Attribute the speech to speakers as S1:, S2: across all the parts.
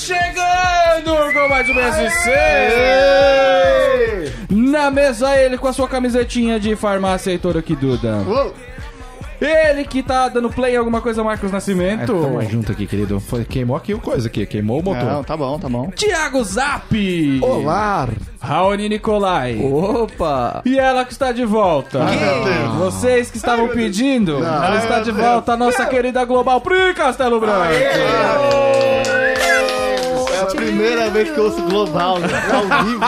S1: chegando com mais um BSC. Na mesa ele com a sua camisetinha de farmácia Heitor Kiduda.
S2: Uou.
S1: Ele que tá dando play em alguma coisa, Marcos
S3: É,
S1: Nascimento.
S3: tamo junto aqui, querido. Foi- queimou aqui o coisa aqui, queimou o motor.
S2: Não, tá bom, tá bom.
S1: Tiago Zap.
S4: Olá!
S1: Raoni Nicolai.
S4: Opa!
S1: E ela que está de volta.
S2: meu Deus.
S1: Vocês que estavam pedindo, ela
S2: Ai,
S1: está
S2: meu
S1: de
S2: Deus.
S1: volta a nossa querida Global Pri Castelo Branco.
S2: É a primeira vez que eu ouço global, né? Ao vivo.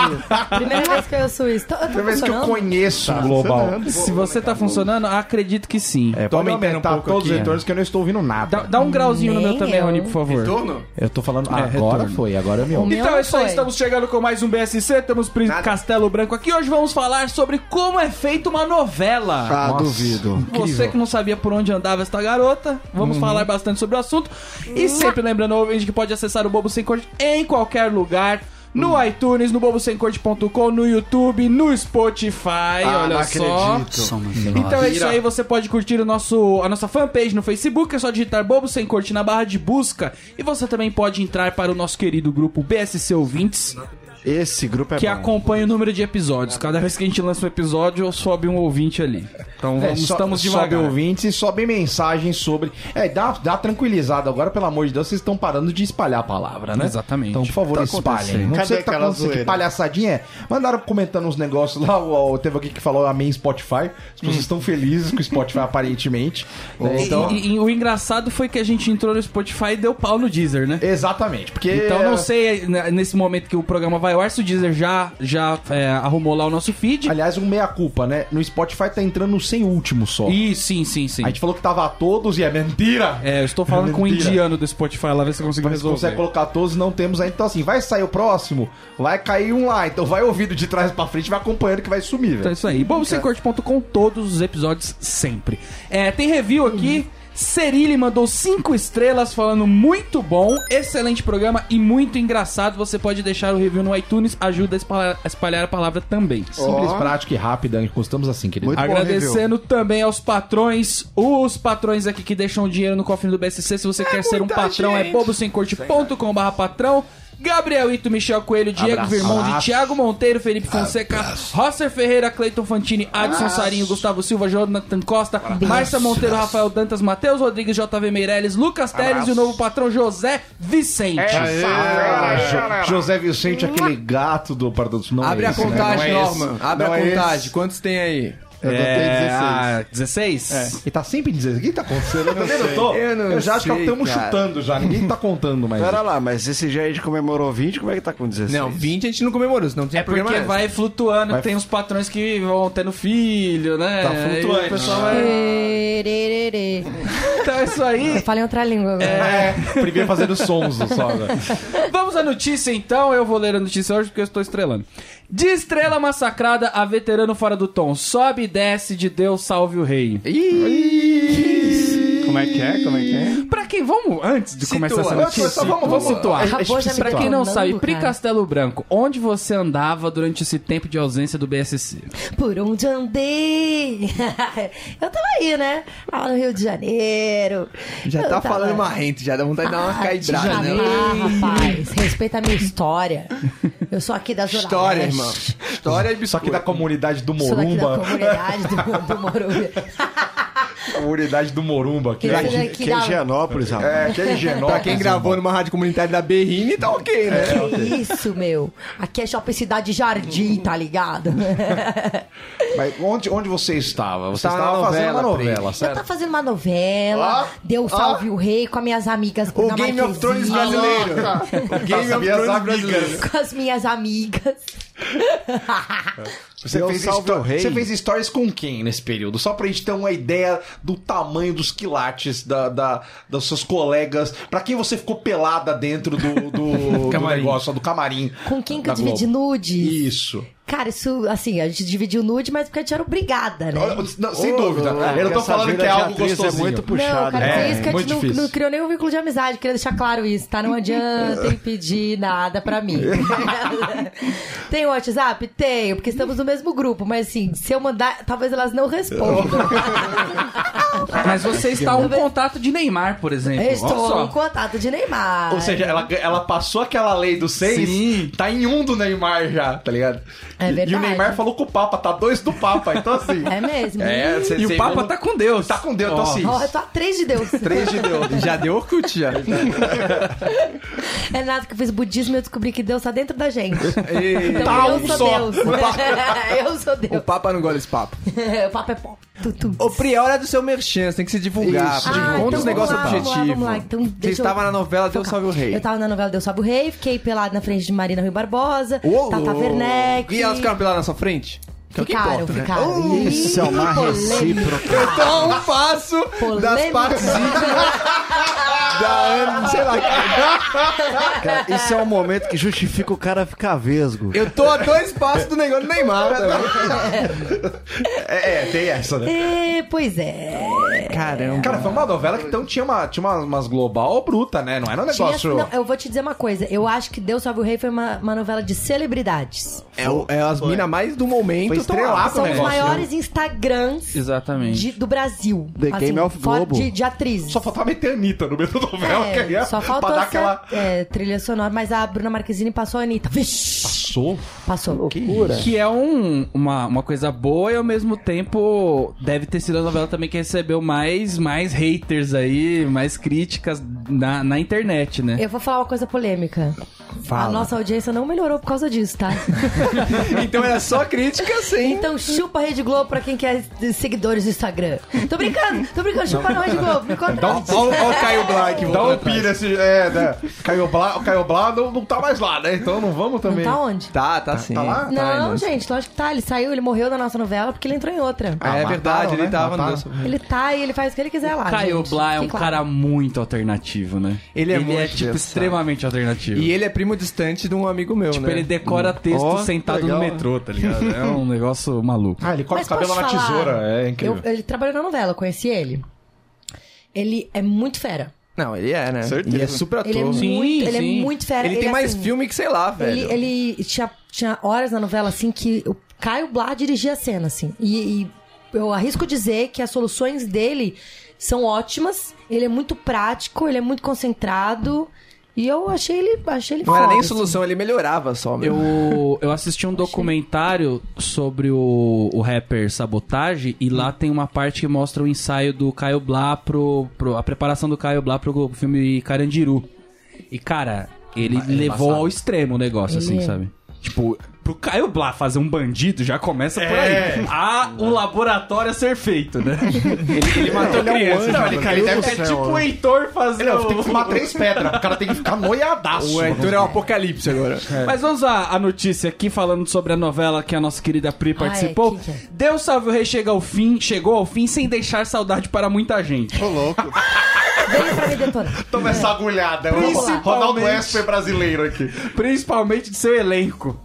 S5: Primeira vez que eu ouço isso. Tô- Eu tô
S4: Primeira vez que eu
S5: funcionando?
S4: conheço o
S3: Tá Global.
S1: Se você tá funcionando, acredito que sim.
S3: É,
S1: Dá-
S3: pode
S4: aumentar
S3: aumentar um pouco
S4: todos os
S3: aqui. Tá.
S4: retornos que eu não estou ouvindo nada.
S1: Dá, um grauzinho no meu
S5: Nem
S1: também,
S5: eu.
S1: Raoni, por favor.
S3: Eu tô falando
S1: É,
S3: agora
S1: retorno.
S3: foi, agora me
S5: O
S3: ouve.
S5: meu
S1: Então
S5: não
S1: é isso aí,
S5: foi.
S1: estamos chegando com mais um BSC, temos Pri Castelo Branco aqui. Hoje vamos falar sobre como é feita uma novela.
S4: Ah,
S3: Nossa.
S4: duvido.
S1: Você que não sabia por onde andava esta garota,
S4: Uhum.
S1: vamos falar bastante sobre o assunto.
S5: Hum.
S1: E sempre lembrando, ouvinte, que pode acessar o Bobo Sem Corte em qualquer lugar. No
S4: Hum.
S1: iTunes, no bobosemcorte.com, no YouTube, no Spotify,
S4: Ah,
S1: olha
S4: não
S1: só.
S4: acredito.
S1: Então é isso aí, você pode curtir o nosso, a nossa fanpage no Facebook, é só digitar Bobo Sem Corte na barra de busca. E você também pode entrar para o nosso querido grupo BSC Ouvintes,
S4: Esse grupo é
S1: que
S4: bom.
S1: acompanha o número de episódios. Cada vez que a gente lança um episódio, sobe um ouvinte ali. Então
S3: É,
S1: vamos,
S3: so-
S1: estamos
S3: sobe
S1: devagar.
S3: ouvintes e sobe mensagens sobre. É, dá, dá tranquilizado agora, pelo amor de Deus, vocês estão parando de espalhar a palavra, né?
S1: Exatamente.
S3: Então, por favor,
S4: Tá
S3: espalhem.
S4: acontecendo.
S3: Não
S2: Cadê
S3: sei o que tá
S2: aquela
S3: acontecendo, que
S2: zoeira?
S3: palhaçadinha é. Mandaram comentando uns negócios lá, o, o- teve alguém que falou a minha Spotify. As pessoas estão felizes com o Spotify, aparentemente. né?
S1: Hum. E-
S3: Então,
S1: E, e o engraçado foi que a gente entrou no Spotify e deu pau no Deezer, né?
S3: exatamente. Porque.
S1: Então não sei né, nesse momento que o programa vai ao ar se o Deezer já, já é, arrumou lá o nosso feed.
S3: Aliás, um meia-culpa, né? No Spotify tá entrando no 100 último só.
S1: Ih, sim, sim, sim.
S3: A gente falou que tava a todos e é mentira.
S1: É, eu estou falando com o
S3: Mentira.
S1: indiano do Spotify lá, ver se eu consigo
S3: Mas
S1: resolver.
S3: consegue colocar todos, não temos ainda. Então, assim, vai sair o próximo, vai cair um lá. Então, vai ouvindo de trás pra frente, vai acompanhando que vai sumir,
S1: Então é
S3: velho.
S1: isso aí. Bobosemcorte.com, todos os episódios sempre. É, tem review aqui. Cerilli mandou cinco estrelas falando muito bom, excelente programa e muito engraçado. Você pode deixar o review no iTunes, ajuda a espalhar, a espalhar a palavra também.
S3: é Simples,
S2: Ó.
S3: prática e rápida. Custamos assim, querido.
S2: Muito- bom
S1: Agradecendo também aos patrões, os patrões aqui que deixam dinheiro no cofre do BSC. Se você quer ser um patrão, é bobosemcorte.com.br patrão. Gabriel Ito, Michel Coelho, Diego Virmão de Thiago Monteiro, Felipe Fonseca, Rosser Ferreira, Cleiton Fantini, Adson Sarinho, Gustavo Silva, Jonathan Costa, Marcia Monteiro, Rafael Dantas, Matheus Rodrigues, JV Meirelles, Lucas Teles e o novo patrão José Vicente.
S3: É,
S2: É.
S3: Ah, Jo- José Vicente, aquele gato do Paradoxo. Não
S4: Abre
S3: é
S4: a
S3: esse, né?
S4: contagem,
S3: Não é esse.
S4: Norman. Abre
S3: Não
S4: a
S3: é
S4: contagem.
S3: esse.
S4: Quantos tem aí? É,
S2: Eu botei 16.
S1: ah, 16?
S3: E tá sempre dizendo, o que tá acontecendo? Eu também não
S4: sei.
S3: tô.
S4: Eu não
S3: já acho que
S4: sei,
S3: estamos
S4: cara.
S3: chutando já, ninguém tá contando mais.
S6: Pera lá, mas esse já a gente comemorou 20, como é que tá com 16?
S4: Não, 20 a gente não comemorou, senão não tinha
S1: É porque
S4: programa.
S1: vai flutuando,
S3: Vai
S1: tem uns patrões que vão tendo filho, né?
S3: Tá
S1: Aí
S3: flutuante.
S1: O pessoal vai...
S5: Tererê.
S1: Então é isso
S5: Eu
S1: aí.
S5: falei outra língua agora.
S3: É, primeiro fazendo sons só, né?
S1: Vamos à notícia então. Eu vou ler a notícia hoje porque eu estou estrelando. De estrela massacrada a veterano fora do tom. Sobe e desce de Deus salve o rei.
S2: Como é que é? Como é que é?
S1: Pra quem... Vamos, antes de começar essa notícia,
S4: tipo,
S3: Só vamos- vamos-
S4: é
S1: situar.
S5: Acabou já me
S1: Pra quem não
S5: tornando,
S1: sabe, Pri
S5: cara.
S1: Castelo Branco, onde você andava durante esse tempo de ausência do BSC?
S5: Por onde andei? eu tava aí, né? Lá no Rio de Janeiro.
S4: Já
S5: Eu
S4: tá
S5: tava-
S4: falando marrento, já dá vontade de dar uma
S5: Ah,
S4: caibrada,
S5: jamais,
S4: né?
S5: rapaz. Respeita a minha história. Eu sou aqui da Zona
S4: História,
S5: Leste.
S4: irmão. História e
S3: Só que da
S4: biscoito.
S3: comunidade do
S5: Sou daqui da
S3: Morumba.
S5: comunidade do, do Morumbi.
S3: Comunidade do Morumba. Que
S5: Esse
S3: é,
S5: daqui
S6: Que é
S5: da-
S6: Higienópolis, rapaz.
S3: é, que é higienópolis,
S4: Pra quem gravou
S3: mano.
S4: numa rádio comunitária da Berrine, tá ok, né?
S5: Que isso, meu? Aqui é Shopping Cidade Jardim, tá ligado?
S3: Mas onde, onde você estava? Você
S4: Tava na
S3: estava fazendo uma
S4: novela,
S3: novela,
S5: Eu
S3: certo?
S5: tava tá fazendo uma novela,
S3: Ó,
S5: deu um salve o rei com as minhas amigas.
S4: O
S5: Bruna
S4: Game of Thrones
S5: Marquezine,
S6: É,
S4: brasileiro. O Game
S3: As
S4: of
S3: minhas
S4: Thrones
S3: amigas.
S4: brasileiro.
S5: Com as minhas amigas.
S3: Você
S6: Deus
S3: fez,
S6: salve
S3: histó-
S6: o rei.
S3: você fez stories com quem nesse período? Só pra gente ter uma ideia do tamanho dos quilates da, da- dos seus colegas. Pra quem você ficou pelada dentro do, do, do
S1: Camarim.
S3: negócio, do camarim.
S5: Com quem que
S3: da
S5: eu dividi
S3: Globo.
S5: nudes?
S3: Isso.
S5: Cara, isso, assim, a gente dividiu nude, mas porque a gente era obrigada, né?
S3: Olha, não, sem dúvida. Eu não tô falando que é algo gostoso.
S6: É muito puxado.
S5: Não, cara,
S3: né?
S5: foi
S3: É,
S5: isso que a
S3: muito
S5: gente não,
S3: difícil.
S5: não criou nenhum vínculo de amizade, queria deixar claro isso, tá? Não adianta pedir nada pra mim. Tem o WhatsApp? Tenho, porque estamos no mesmo grupo, mas assim, se eu mandar, talvez elas não respondam.
S1: Mas você está a um contato de Neymar, por exemplo. Olha
S5: Estou
S1: só.
S5: em contato de Neymar.
S3: Ou seja, ela, ela passou aquela lei do seis,
S1: Sim.
S3: tá em um do Neymar já, tá ligado? E-
S5: É
S3: E o
S5: verdade.
S3: Neymar falou com o Papa, tá dois do Papa, então assim.
S5: É mesmo?
S3: É, cê-
S1: E
S3: cê-
S1: o Papa tá com Deus.
S3: tá com Deus, então
S1: Ó.
S3: assim.
S5: Ó, eu tô a três de Deus.
S3: Três de Deus.
S4: Já deu Orkut, já.
S5: É nada que eu fiz budismo e eu descobri que Deus tá dentro da gente. Então
S3: Tá
S5: eu
S3: um
S5: sou
S3: só.
S5: Deus. eu sou
S4: O
S5: Deus.
S4: Papa não gola esse papo.
S5: O papo é pop. Tu, tu.
S4: Ô, Pri, é hora do seu merchan, você Ah, tem que se divulgar.
S6: Isso,
S4: Pri.
S6: divulga.
S4: Conta
S5: então
S4: os negócios
S5: vamos lá, vamos lá,
S4: objetivos.
S5: vamos lá. Então,
S4: você
S5: deixa eu
S4: estava na novela Deus
S5: focar.
S4: Salve o Rei.
S5: Eu tava na novela Deus Salve o Rei, fiquei pelado na frente de Marina Rui Barbosa,
S4: Ô,
S5: Tata
S4: louco.
S5: Werneck.
S4: E elas ficaram peladas na sua frente? Que é o que
S5: Ficaram,
S4: importa, né?
S5: ficaram. Ih,
S6: Isso é uma
S5: polêmica.
S6: recíproca.
S4: Eu tô a um passo das
S5: Polêmica.
S4: partes íntimas da Ana, sei lá.
S6: Cara, Isso é um momento que justifica o cara ficar vesgo.
S4: Eu tô a dois passos do negócio do Neymar. também.
S3: tá É, é, tem essa, né?
S5: É, pois é.
S4: Caramba.
S3: Cara, foi uma novela que então tinha, uma, tinha uma- umas global bruta, né? Não era um
S5: Tinha- assim,
S3: negócio.
S5: não, eu vou te dizer uma coisa. Eu acho que Deus Salve o Rei foi uma, uma novela de celebridades.
S4: É, o- é as minas mais do momento.
S3: Foi
S4: tão lá.
S3: estrelado,
S5: São
S3: né?
S5: os
S3: negócio,
S5: maiores Instagrams
S1: Exatamente.
S5: de- do Brasil.
S6: The Game of
S5: fora
S6: Globo.
S5: De, de atrizes.
S3: Só faltava meter a Anitta no meio da novela,
S5: É,
S3: que ia
S5: só faltou
S3: pra dar
S5: essa
S3: aquela.
S5: é, trilha sonora, mas a Bruna Marquezine passou a Anitta. Vixe,
S3: Sou.
S5: passou.
S6: Loucura.
S1: Que é um, uma, uma coisa boa e ao mesmo tempo deve ter sido a novela também que recebeu mais, mais haters aí, mais críticas na, na internet, né?
S5: Eu vou falar uma coisa polêmica. A nossa audiência não melhorou por causa disso, tá?
S4: Então era só crítica, sim.
S5: Então chupa a Rede Globo pra quem quer seguidores do Instagram. Tô brincando, tô brincando, chupa não Rede Globo. Me conta.
S3: Dá um
S4: Olha o Caio Black.
S3: Dá
S4: voltando
S3: um
S4: atrás.
S3: pira esse. É, né? Caio Blá, o Caio Blá não, não tá mais lá, né? Então não vamos
S5: Não
S3: também.
S5: tá onde?
S4: Tá, tá sim.
S3: Tá lá?
S5: não,
S4: Tá,
S5: gente, lógico que tá. Ele saiu, ele morreu da nossa novela porque ele entrou em outra.
S4: Ah, é
S3: mataram,
S4: verdade,
S3: né?
S4: ele tava no
S3: Mataram.
S4: Deus Salve o Rei.
S5: Ele tá e ele faz o que ele quiser lá.
S1: Caio
S5: gente.
S1: Blá é um
S5: Fique claro.
S1: cara muito alternativo, né?
S4: Ele é muito
S1: tipo,
S4: engraçado.
S1: extremamente alternativo.
S4: E ele é primo distante de um amigo meu,
S1: Tipo,
S4: né?
S1: ele decora texto
S6: Ó,
S1: sentado
S6: legal.
S1: no metrô, tá ligado? É um negócio maluco.
S3: Ah, ele corta
S5: Mas
S3: o cabelo
S5: posso
S3: na
S5: falar?
S3: tesoura. É incrível.
S5: Eu- ele trabalhou na novela, eu conheci ele. Ele é muito fera.
S4: Não, ele é, né?
S3: Certeza.
S4: E é super ator.
S5: Ele é,
S1: Sim,
S5: muito, ele é
S1: sim.
S5: muito fera.
S4: Ele tem mais
S5: assim,
S4: filme que, sei lá, velho.
S5: Ele, ele tinha, tinha horas na novela, assim, que o Caio Blá dirigia a cena, assim. E, e eu arrisco dizer que as soluções dele são ótimas. Ele é muito prático, ele é muito concentrado. E eu achei ele, achei ele
S4: Não era
S5: foda,
S4: nem
S5: assim.
S4: solução, ele melhorava só, meu.
S1: Eu, eu assisti um documentário sobre o, o rapper Sabotage e lá tem uma parte que mostra o ensaio do Caio Blá pro, pro- a preparação do Caio Blá pro filme Carandiru. E cara, ele levou ao extremo o negócio assim,
S5: Ele é.
S1: sabe? é Tipo, pro Caio Blá fazer um bandido já começa por aí. Há um laboratório a ser feito, né? ele, ele matou criança.
S3: anjo,
S1: Não,
S3: mano.
S1: ele
S3: Ele
S1: caiu
S3: deve
S1: do
S3: ser
S1: céu. é
S3: tipo
S1: tipo
S3: o
S1: o Heitor fazer
S3: Não, tem que fumar três pedras. é O cara tem que ficar noiadaço.
S4: O Heitor é o apocalipse agora.
S1: Mas vamos à, à notícia aqui falando sobre a novela que a nossa querida Pri participou.
S5: é, que que é?
S1: Deus salve o rei chega ao fim, chegou ao fim sem deixar saudade para muita gente.
S6: Tô louco.
S5: Vem pra me detonar.
S3: Toma essa agulhada. É o
S1: Principalmente-
S3: Ronaldo Esper brasileiro aqui.
S1: Principalmente de seu elenco.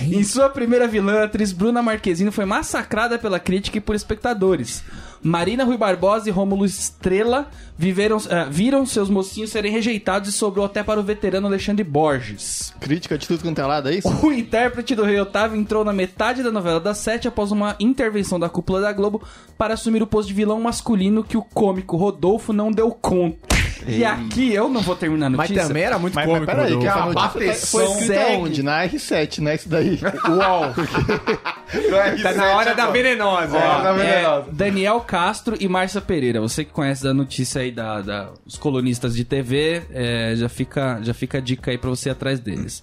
S1: Em sua primeira vilã, a atriz Bruna Marquezine foi massacrada pela crítica e por espectadores. Marina Rui Barbosa e Rômulo Estrela viveram, eh, viram seus mocinhos serem rejeitados e sobrou até para o veterano Alexandre Borges.
S2: Crítica de tudo quanto é lado, é isso?
S1: O intérprete do Rei Otávio entrou na metade da novela das sete após uma intervenção da cúpula da Globo para assumir o posto de vilão masculino que o cômico Rodolfo não deu conta. E aqui eu não vou terminar a
S4: Mas
S1: notícia.
S4: também era muito
S2: Mas, mas
S4: cômico.
S2: peraí,
S7: né?
S2: que
S4: Rodolfo.
S3: Rodolfo.
S2: essa notícia foi
S1: Abateção.
S2: escrita
S1: Segue.
S2: onde? Na R7, né? Isso daí.
S4: Uau. Tá na hora da venenosa.
S3: É, na
S1: É,
S3: venenosa.
S1: Daniel Castro e Márcia Pereira. Você que conhece da notícia aí da, da- os colunistas de TV, é, já fica já fica a dica aí pra você ir atrás deles.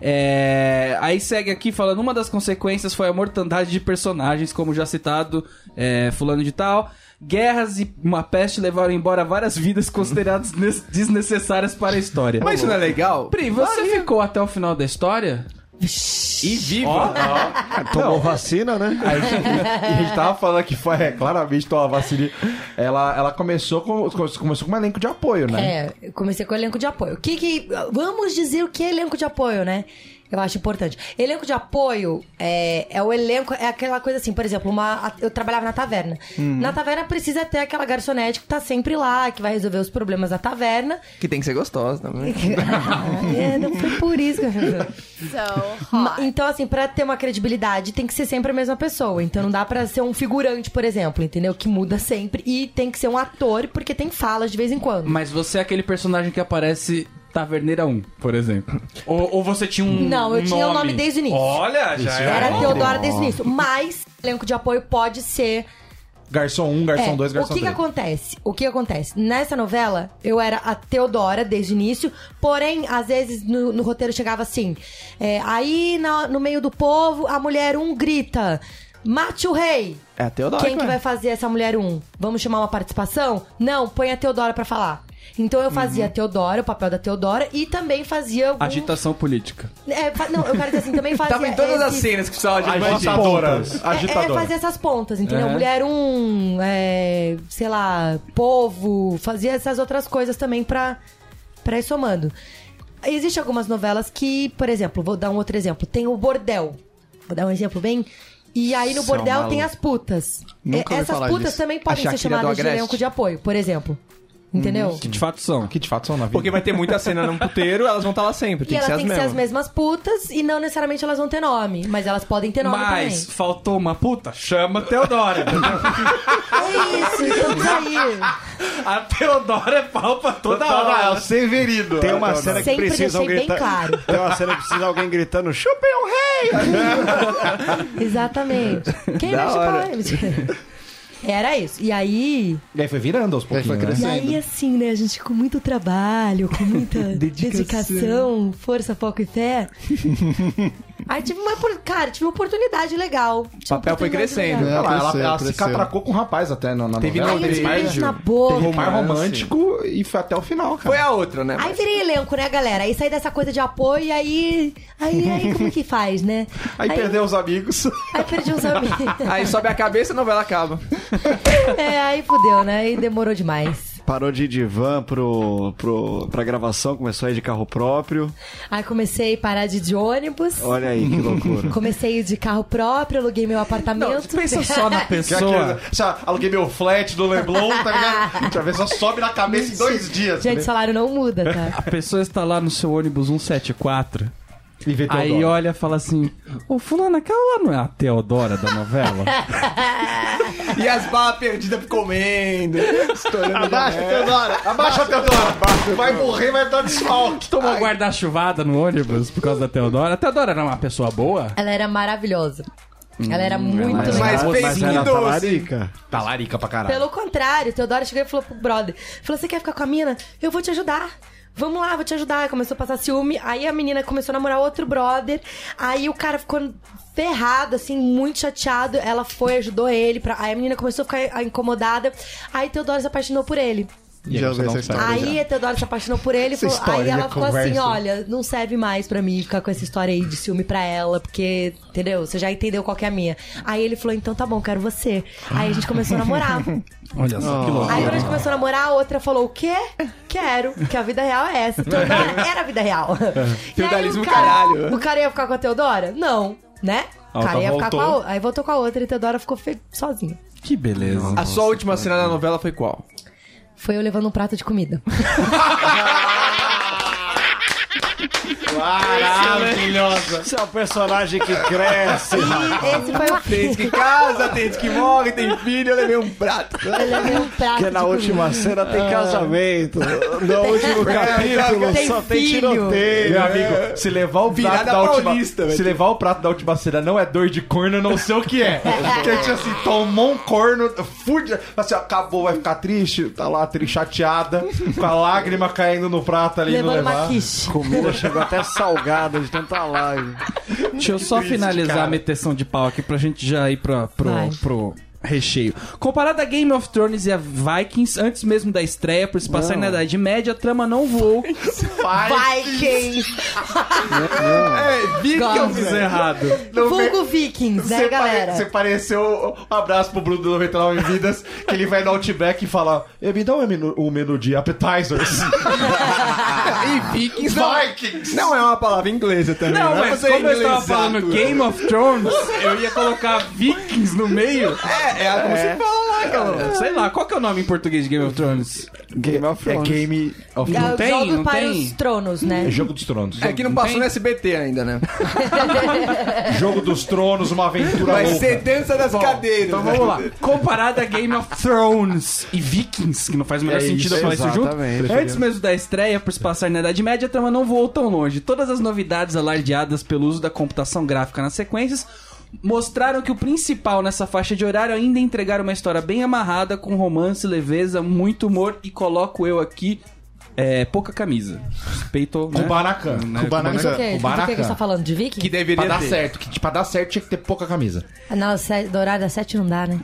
S1: É, aí segue aqui falando uma das consequências foi a mortandade de personagens, como já citado, é, fulano de tal. Guerras e uma peste levaram embora várias vidas consideradas nes- desnecessárias para a história.
S4: Mas isso não é legal?
S1: Pri, você ficou até o final da história?
S4: E
S3: É,
S4: vivo.
S3: Ah,
S6: Tomou vacina, né?
S3: Aí, e a gente tava falando que foi, é, claramente, então a vacina. Ela, ela começou, com, começou com um elenco de apoio, né?
S5: É, eu comecei com o elenco de é apoio. O que que. Vamos dizer o que é elenco de apoio, né? Eu acho importante. Elenco de apoio é, é o elenco, é aquela coisa assim, por exemplo, uma, eu trabalhava na taverna. Na taverna precisa ter aquela garçonete que tá sempre lá, que vai resolver os problemas da taverna.
S7: Que tem que ser gostosa também.
S5: É, não foi por isso que eu fiz.
S8: So
S5: Ma-
S8: hot.
S5: Então, assim, pra ter uma credibilidade, tem que ser sempre a mesma pessoa. Então, não dá pra ser um figurante, por exemplo, entendeu? Que muda sempre. E tem que ser um ator, porque tem falas de vez em quando.
S1: Mas você é aquele personagem que aparece Taverneira 1, por exemplo. Ou, ou você tinha um.
S5: Não, eu tinha o nome desde o início.
S4: Olha, já
S5: Era
S4: é.
S5: Teodora desde o início. Mas, elenco de apoio pode ser
S3: Garçom 1,
S5: É,
S3: garçom 2,
S5: o
S3: garçom
S5: que, que
S3: 3.
S5: acontece? O que acontece? Nessa novela, eu era a Teodora desde o início, porém, às vezes no, no roteiro chegava assim: é, aí na- no meio do povo, a mulher um grita: mate o rei!
S7: É a Teodora.
S5: Quem que vai fazer essa mulher um? Vamos chamar uma participação? Não, põe a Teodora pra falar. Então eu fazia
S7: Uhum.
S5: a Teodora, o papel da Teodora, e também fazia algum...
S1: Agitação política.
S5: É, fa- Não, eu quero dizer assim, também fazia...
S7: Tava em todas as
S5: esses-
S7: cenas que precisava de imagem.
S3: Agitadoras.
S5: é, é
S3: Agitadoras.
S5: fazer essas pontas, entendeu?
S1: Uhum.
S5: Mulher um, é, sei lá, povo, fazia essas outras coisas também pra, pra ir somando. Existem algumas novelas que, por exemplo, vou dar um outro exemplo. Tem o Bordel. Vou dar um exemplo bem. E aí no
S7: Isso é um
S5: Bordel tem
S7: maluco.
S5: as putas.
S7: Nunca
S5: É,
S7: ouvi
S5: essas
S7: falar
S5: putas
S7: disso.
S5: também
S7: A
S5: podem ser
S7: Shakira do
S5: chamadas de
S7: Agreste. Uhum. tipo,
S5: elenco de apoio, por exemplo. Entendeu?
S1: Que de fato são.
S3: Que de fato são na vida.
S7: Porque vai ter muita cena num puteiro, elas vão estar lá sempre.
S5: E
S7: Tem que
S5: elas
S7: ser
S5: têm
S7: as
S5: que ser as
S7: mesmas.
S5: mesmas putas e não necessariamente elas vão ter nome, mas elas podem ter nome
S1: Mas faltou uma puta? Chama a Teodora.
S5: também. É isso, então. estamos aí.
S1: a Teodora é pau pra toda hora.
S3: Severido.
S6: Tem uma cena que
S5: Sempre
S6: precisa
S5: deixei
S6: alguém
S5: bem
S6: gritar.
S5: claro.
S6: Tem uma cena que precisa alguém gritando: Chupem o rei!
S5: Exatamente. Quem
S7: Da
S5: mexe
S7: hora.
S5: pai? Mentira. Era isso. E aí,
S3: E aí foi virando aos pouquinhos,
S6: foi
S5: e
S3: né?
S5: aí assim, né, a gente com muito trabalho, com muita dedicação, força, foco e fé. aí tive uma, opor- cara, tive uma oportunidade legal. Tive uma
S7: Papel foi
S5: oportunidade
S7: crescendo.
S5: legal.
S3: Ela, ela-
S6: cresceu,
S3: ela se
S6: cresceu.
S3: catracou com um rapaz até na, na
S7: Teve
S3: novela.
S5: Aí eu tive
S7: Beijo.
S5: beijo na boca.
S3: Teve mais
S7: romance.
S3: romântico e foi até o final, cara.
S7: Foi a outra, né?
S5: Aí virei elenco, né, galera? Aí saí dessa coisa de apoio e aí. Aí, aí como que faz, né?
S3: Aí, perdeu os amigos.
S5: Aí perdi os amigos.
S7: Aí sobe a cabeça e a novela acaba.
S5: É, aí fudeu, né? Aí demorou demais.
S6: Parou de ir de van pro, pro, pra gravação, começou a ir de carro próprio.
S5: Aí comecei a parar de, ir de ônibus.
S6: Olha aí que loucura.
S5: Comecei a ir de carro próprio, aluguei meu apartamento.
S1: Pensa só na
S3: Que é aquele-
S1: pessoa.
S3: sabe, aluguei meu flat do Leblon, tá ligado? Deixa eu ver, só sobe na cabeça em dois dias.
S1: né?
S5: Gente, salário não muda, tá?
S1: A pessoa está lá no seu ônibus 174.
S3: E vê Teodoro.
S1: Aí olha e fala assim: Ô, Fulano, aquela lá não é a Teodora da novela?
S7: E as barras perdidas comendo. Estourando.
S2: Abaixa, Teodora.
S3: Abaixa, Teodoro. Vai morrer, vai dar desfalque.
S1: Tomou guarda-chuvada no ônibus por causa da Teodora. A Teodora era uma pessoa boa?
S5: Ela era maravilhosa.
S1: Hum,
S5: Ela
S1: é
S5: era muito
S7: mas-
S5: legal.
S7: mas- fez
S6: mas era
S7: doce.
S6: talarica.
S3: Tá larica pra caralho.
S5: Pelo contrário, Teodoro chegou e falou pro brother: falou, você quer ficar com a mina? Eu vou te ajudar. Vamos lá, vou te ajudar. Aí Começou a passar ciúme. Aí a menina começou a namorar outro brother. Aí o cara ficou ferrado, assim, muito chateado. Ela foi, ajudou ele. Pra... Aí a menina começou a ficar incomodada. Aí Teodoro se apaixonou por ele.
S2: Já ouvi essa história.
S5: Aí a Teodora se apaixonou por ele,
S3: Essa
S5: falou,
S3: história
S5: aí ela
S3: de
S5: ficou
S3: conversa.
S5: assim, olha, não serve mais pra mim ficar com essa história aí de ciúme pra ela, porque, entendeu? Você já entendeu qual que é a minha. Aí ele falou, então tá bom, quero você. Aí a gente começou a namorar.
S1: Olha só
S3: Ah.
S1: que louco.
S5: Aí quando a gente começou a namorar, a outra falou, o quê? Quero, que a vida real é essa. Teodora era a vida real. E aí
S7: Feudalismo
S5: o cara,
S7: caralho.
S5: O cara ia ficar com a Teodora? Não, né? O
S1: A
S5: cara
S1: outra
S5: ia ficar com a
S1: voltou.
S5: outra. Aí voltou com a outra e a Teodora ficou fe- sozinha.
S1: Que beleza.
S7: A sua última cena da novela foi qual?
S5: Foi eu levando um prato de comida.
S3: Maravilhosa.
S6: Você é um personagem que cresce.
S5: E esse foi o
S7: Tem gente que casa, tem gente que morre, tem filho, eu levei um prato. é
S5: Eu levei um prato
S6: Porque
S5: de
S6: na
S5: comida.
S6: última cena tem
S3: Ah.
S6: casamento. No último capítulo
S5: tem
S6: só tem
S5: filho.
S6: tiroteio.
S3: Meu amigo, se levar o prato
S7: Virada
S3: da última...
S7: paulista, velho.
S3: Se levar o prato da última cena não é dor de corno, eu não sei o que é. Porque, tipo assim, tomou um corno, fude... Assim, acabou, vai ficar triste, tá lá tri- chateada, com a lágrima caindo no prato ali
S5: Levando
S3: no levar.
S5: uma quiche.
S6: Comida chegou até salgada de tanta live.
S1: Deixa eu só finalizar
S3: cara.
S1: a meteção de pau aqui pra gente já ir pra, pro,
S5: Vai.
S1: pro recheio. Comparada a Game of Thrones e a Vikings, antes mesmo da estreia, por se passar na Idade Média, a trama não voou.
S5: Vikings!
S3: É, vi que eu
S5: Gosto.
S3: fiz errado.
S5: Vulgo Vikings, né,
S3: Você
S5: galera?
S3: pare- Você pareceu. Um abraço pro Bruno do 99 Vidas, que ele vai no Outback e fala: "Eh, Me dá um menu, um menu de appetizers.
S7: E Vikings não, Vikings não é uma palavra inglesa também.
S1: Não,
S7: é
S1: mas
S7: você
S1: como eu estava
S7: inglesar
S1: falando
S7: tudo.
S1: Game of Thrones, eu ia colocar Vikings no meio.
S7: É, é como se fala lá, cara.
S1: Sei lá, qual que é o nome em português de Game of Thrones?
S7: Game of Thrones. É,
S3: Game of
S5: É
S1: Não
S5: o
S1: tem?
S5: jogo
S1: Não
S5: para
S1: tem?
S5: os tronos, né?
S3: Jogo dos Tronos.
S7: É que não passou
S1: tem?
S7: no SBT ainda, né?
S3: Jogo dos Tronos, uma aventura
S7: Vai
S3: louca.
S7: ser dança das cadeiras.
S1: Então vamos lá. Comparada a Game of Thrones e Vikings, que não faz o menor
S6: É
S1: sentido eu
S6: isso,
S1: falar isso junto.
S6: exatamente.
S1: Antes mesmo da estreia, por se passar na Idade Média, a trama não voou tão longe. Todas as novidades alardeadas pelo uso da computação gráfica nas sequências mostraram que o principal nessa faixa de horário ainda é entregar uma história bem amarrada, com romance, leveza, muito humor e coloco eu aqui. É, pouca camisa. Peito, né?
S3: Kubanacan.
S5: Mas o que?
S3: Kubanacan.
S5: Do que que a gente tá falando? De Viking?
S7: Que deveria
S3: Pra dar
S7: ter.
S3: certo, que pra dar certo tinha que ter pouca camisa.
S5: Na se- do horário das sete não dá, né?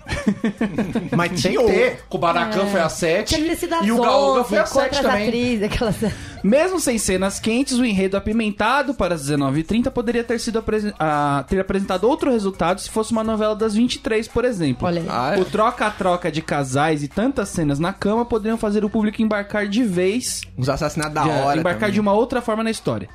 S3: Mas tinha que ter. Kubanacan foi a 7.
S5: É. Tinha que ter sido às
S3: E o Gaúga foi a
S5: contra
S3: 7
S5: as
S3: também.
S5: atrizes, aquelas...
S1: Mesmo sem cenas quentes, o enredo apimentado para as 19h30 poderia ter sido apresen- ah, ter apresentado outro resultado se fosse uma novela das 23, por exemplo.
S5: Olha aí.
S7: Ah, é?
S1: O troca-troca de casais e tantas cenas na cama poderiam fazer o público embarcar de vez
S7: Os assassinatos da
S1: de-
S7: hora.
S1: embarcar
S7: também.
S1: de uma outra forma na história.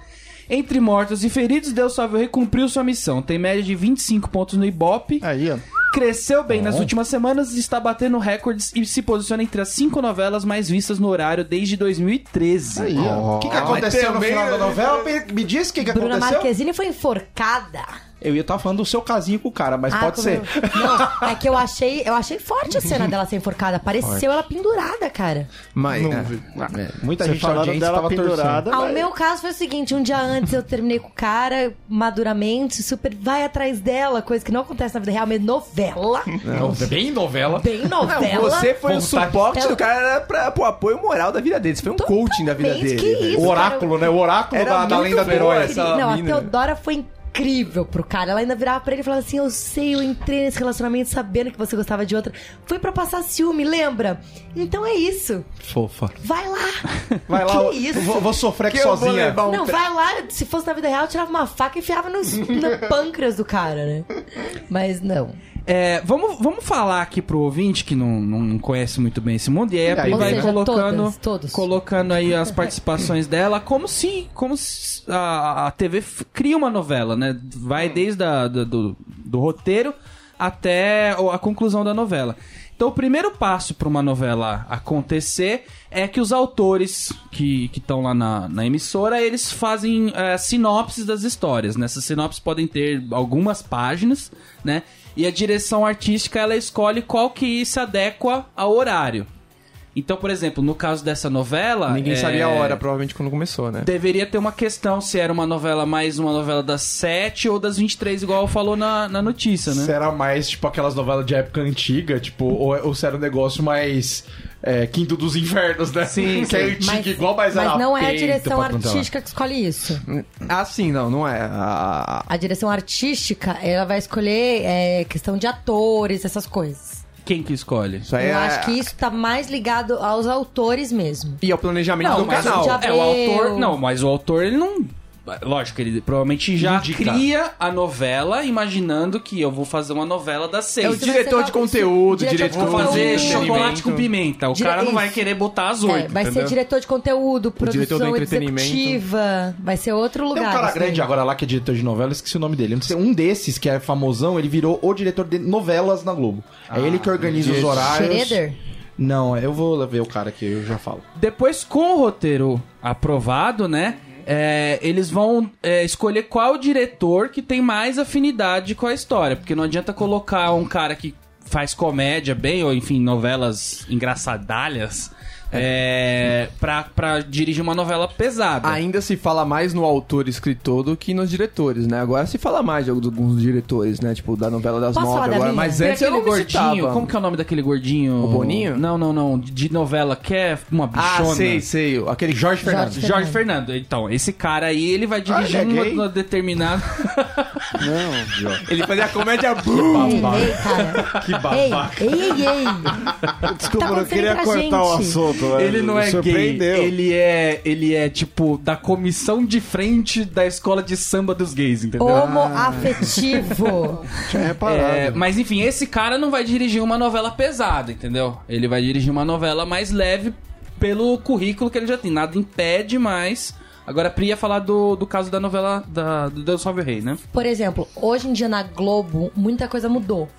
S1: Entre mortos e feridos, Deus Salve o Rei cumpriu sua missão. Tem média de 25 pontos no Ibope.
S7: É.
S2: Aí, ó.
S1: Cresceu bem nas últimas semanas, está batendo recordes e se posiciona entre as cinco novelas mais vistas no horário desde 2013.
S2: Aí, ó.
S3: O que, que aconteceu no
S7: Ah, também- tá-
S3: final da novela? Me, me diz o que, que
S5: Bruna
S3: aconteceu.
S5: Marquezine foi enforcada.
S7: Eu ia estar falando do seu casinho com o cara, mas
S5: Ah,
S7: pode
S5: como
S7: ser.
S5: eu- Não, é que eu achei, eu achei forte a cena dela ser enforcada. Pareceu ela pendurada, cara.
S7: Mas,
S2: Não
S7: é,
S2: vi.
S7: é, muita
S6: Vocês
S7: gente da
S6: falaram
S7: audiência
S6: dela
S7: estava torcendo.
S6: pendurada.
S5: Ao
S6: mas-
S5: meu caso foi Ah, o seguinte: um dia antes eu terminei com o cara, maduramente, super vai atrás dela, coisa que não acontece na vida real, mas novela.
S3: Bem novela.
S5: Bem
S7: Não,
S5: novela.
S7: você foi o
S3: Vontade-
S7: suporte
S5: Ela-
S7: do cara pra, pro apoio moral da vida dele. Você foi um coaching da vida
S5: Totalmente,
S7: dele.
S5: que
S7: velho.
S5: isso,
S3: O oráculo, né? O oráculo
S7: Era
S3: da, da
S7: muito
S3: lenda do
S7: boa
S3: herói.
S7: essa-
S5: Não, a
S7: mina.
S5: Teodora foi incrível pro cara. Ela ainda virava pra ele e falava assim: Eu sei, eu entrei nesse relacionamento sabendo que você gostava de outra. Foi pra passar ciúme, lembra? Então é isso. Fofa. Vai lá.
S3: Vai lá,
S5: Que é
S3: eu-
S5: isso?
S3: eu Vou, vou sofrer
S7: Que
S3: aqui
S7: eu vou
S3: sozinha.
S7: levar um
S5: Não,
S7: pé-
S5: vai lá. Se fosse na vida real, eu tirava uma faca e enfiava no, no pâncreas do cara, né? Mas não.
S1: É, vamos, vamos falar aqui pro ouvinte que não, não conhece muito bem esse mundo, e aí a Pri
S5: Ou
S1: vai
S5: seja,
S1: colocando,
S5: todas, todos.
S1: colocando aí as participações dela, como se, como se a, a TV f- cria uma novela, né? Vai desde a, do, do- do roteiro até o- a conclusão da novela. Então o primeiro passo para uma novela acontecer é que os autores que estão lá na, na emissora, eles fazem é, sinopses das histórias. Né? Essas sinopses podem ter algumas páginas, né? E a direção artística ela escolhe qual que se adequa ao horário. Então, por exemplo, no caso dessa novela.
S7: Ninguém
S1: é,
S7: sabia a hora, provavelmente, quando começou, né?
S1: Deveria ter uma questão se era uma novela mais uma novela das 7 ou das 23, igual falou na, na notícia, né?
S3: Será mais, tipo, aquelas novelas de época antiga, tipo, ou, ou se era um negócio mais é, Quinto dos Invernos, né? Sim, que é antigo igual, mas,
S5: mas
S3: era
S5: não é a
S3: peito
S5: direção
S3: pra controlar.
S5: artística que escolhe isso.
S7: Ah, sim, não, não é. A- a-
S5: A direção artística, ela vai escolher é, questão de atores, essas coisas.
S1: Quem que escolhe?
S7: isso aí é.
S5: Eu acho que isso tá mais ligado aos autores mesmo.
S7: E ao planejamento
S1: Não,
S7: do
S1: mas
S7: canal.
S1: o,
S5: já-
S1: é, o autor.
S5: Abreu.
S1: Não, mas o autor ele não. Lógico, ele provavelmente já cria a novela imaginando que eu vou fazer uma novela das seis.
S7: É o
S5: Então, se
S7: diretor
S5: você
S7: de
S5: vai- Diretor
S7: conteúdo,
S5: de
S7: diretor
S1: Vou
S5: é
S1: fazer
S7: de
S1: chocolate
S7: entretenimento.
S1: com pimenta. O
S5: Dire-
S1: cara não vai
S5: isso.
S1: querer botar as
S5: É,
S1: oito.
S5: vai ser
S7: entendeu?
S5: diretor de conteúdo,
S7: diretor do
S5: produção
S7: entretenimento.
S5: executiva. Vai ser outro lugar.
S3: Tem um cara
S5: assim.
S3: grande agora lá que é diretor de novela, esqueci o nome dele. Eu Não sei, um desses que é famosão, ele virou o diretor de novelas na Globo.
S7: Ah,
S3: é ele que organiza os horários.
S5: Schroeder?
S3: Não, eu vou ver o cara que eu já falo.
S1: Depois, com o roteiro aprovado, né? é, eles vão é, escolher qual diretor que tem mais afinidade com a história. Porque não adianta colocar um cara que faz comédia bem, ou enfim, novelas engraçadalhas, é, pra, pra dirigir uma novela pesada.
S7: Ainda se fala mais no autor e escritor do que nos diretores, né? Agora se fala mais de alguns diretores, né? Tipo, da novela das
S5: Posso falar
S7: nove
S5: da
S7: agora.
S5: minha?
S7: Mas
S1: Tem
S7: antes eu
S1: aquele
S7: não
S1: gordinho,
S7: gostava.
S1: como que é o nome daquele gordinho?
S7: O Boninho?
S1: Não, não, não, de- de novela, que é uma
S7: Ah,
S1: bichona.
S7: sei, sei. Aquele Jorge Fernandes.
S5: Fernando.
S1: Jorge Fernando. Então, esse cara aí, ele vai dirigir
S3: Ah, ele é
S1: uma-
S3: gay?
S1: uma determinada...
S7: Ele fazia comédia
S5: Ei,
S7: boom.
S5: ei, cara.
S3: Que
S5: Ei, ei, ei, ei.
S6: Desculpa,
S5: Tá
S6: eu queria cortar
S5: acontecendo pra
S6: o
S5: gente.
S6: assunto. mas
S1: Ele não
S6: me
S1: é gay,
S6: surpreendeu.
S1: ele é, ele é tipo da comissão de frente da escola de samba dos gays, entendeu?
S5: Homoafetivo.
S6: Tinha reparado.
S1: É, mas enfim, esse cara não vai dirigir uma novela pesada, entendeu? Ele vai dirigir uma novela mais leve pelo currículo que ele já tem. Nada impede, mas Agora a Pri ia falar do, do caso da novela da, do Deus Salve o Rei, né?
S5: Por exemplo, hoje em dia na Globo, muita coisa mudou.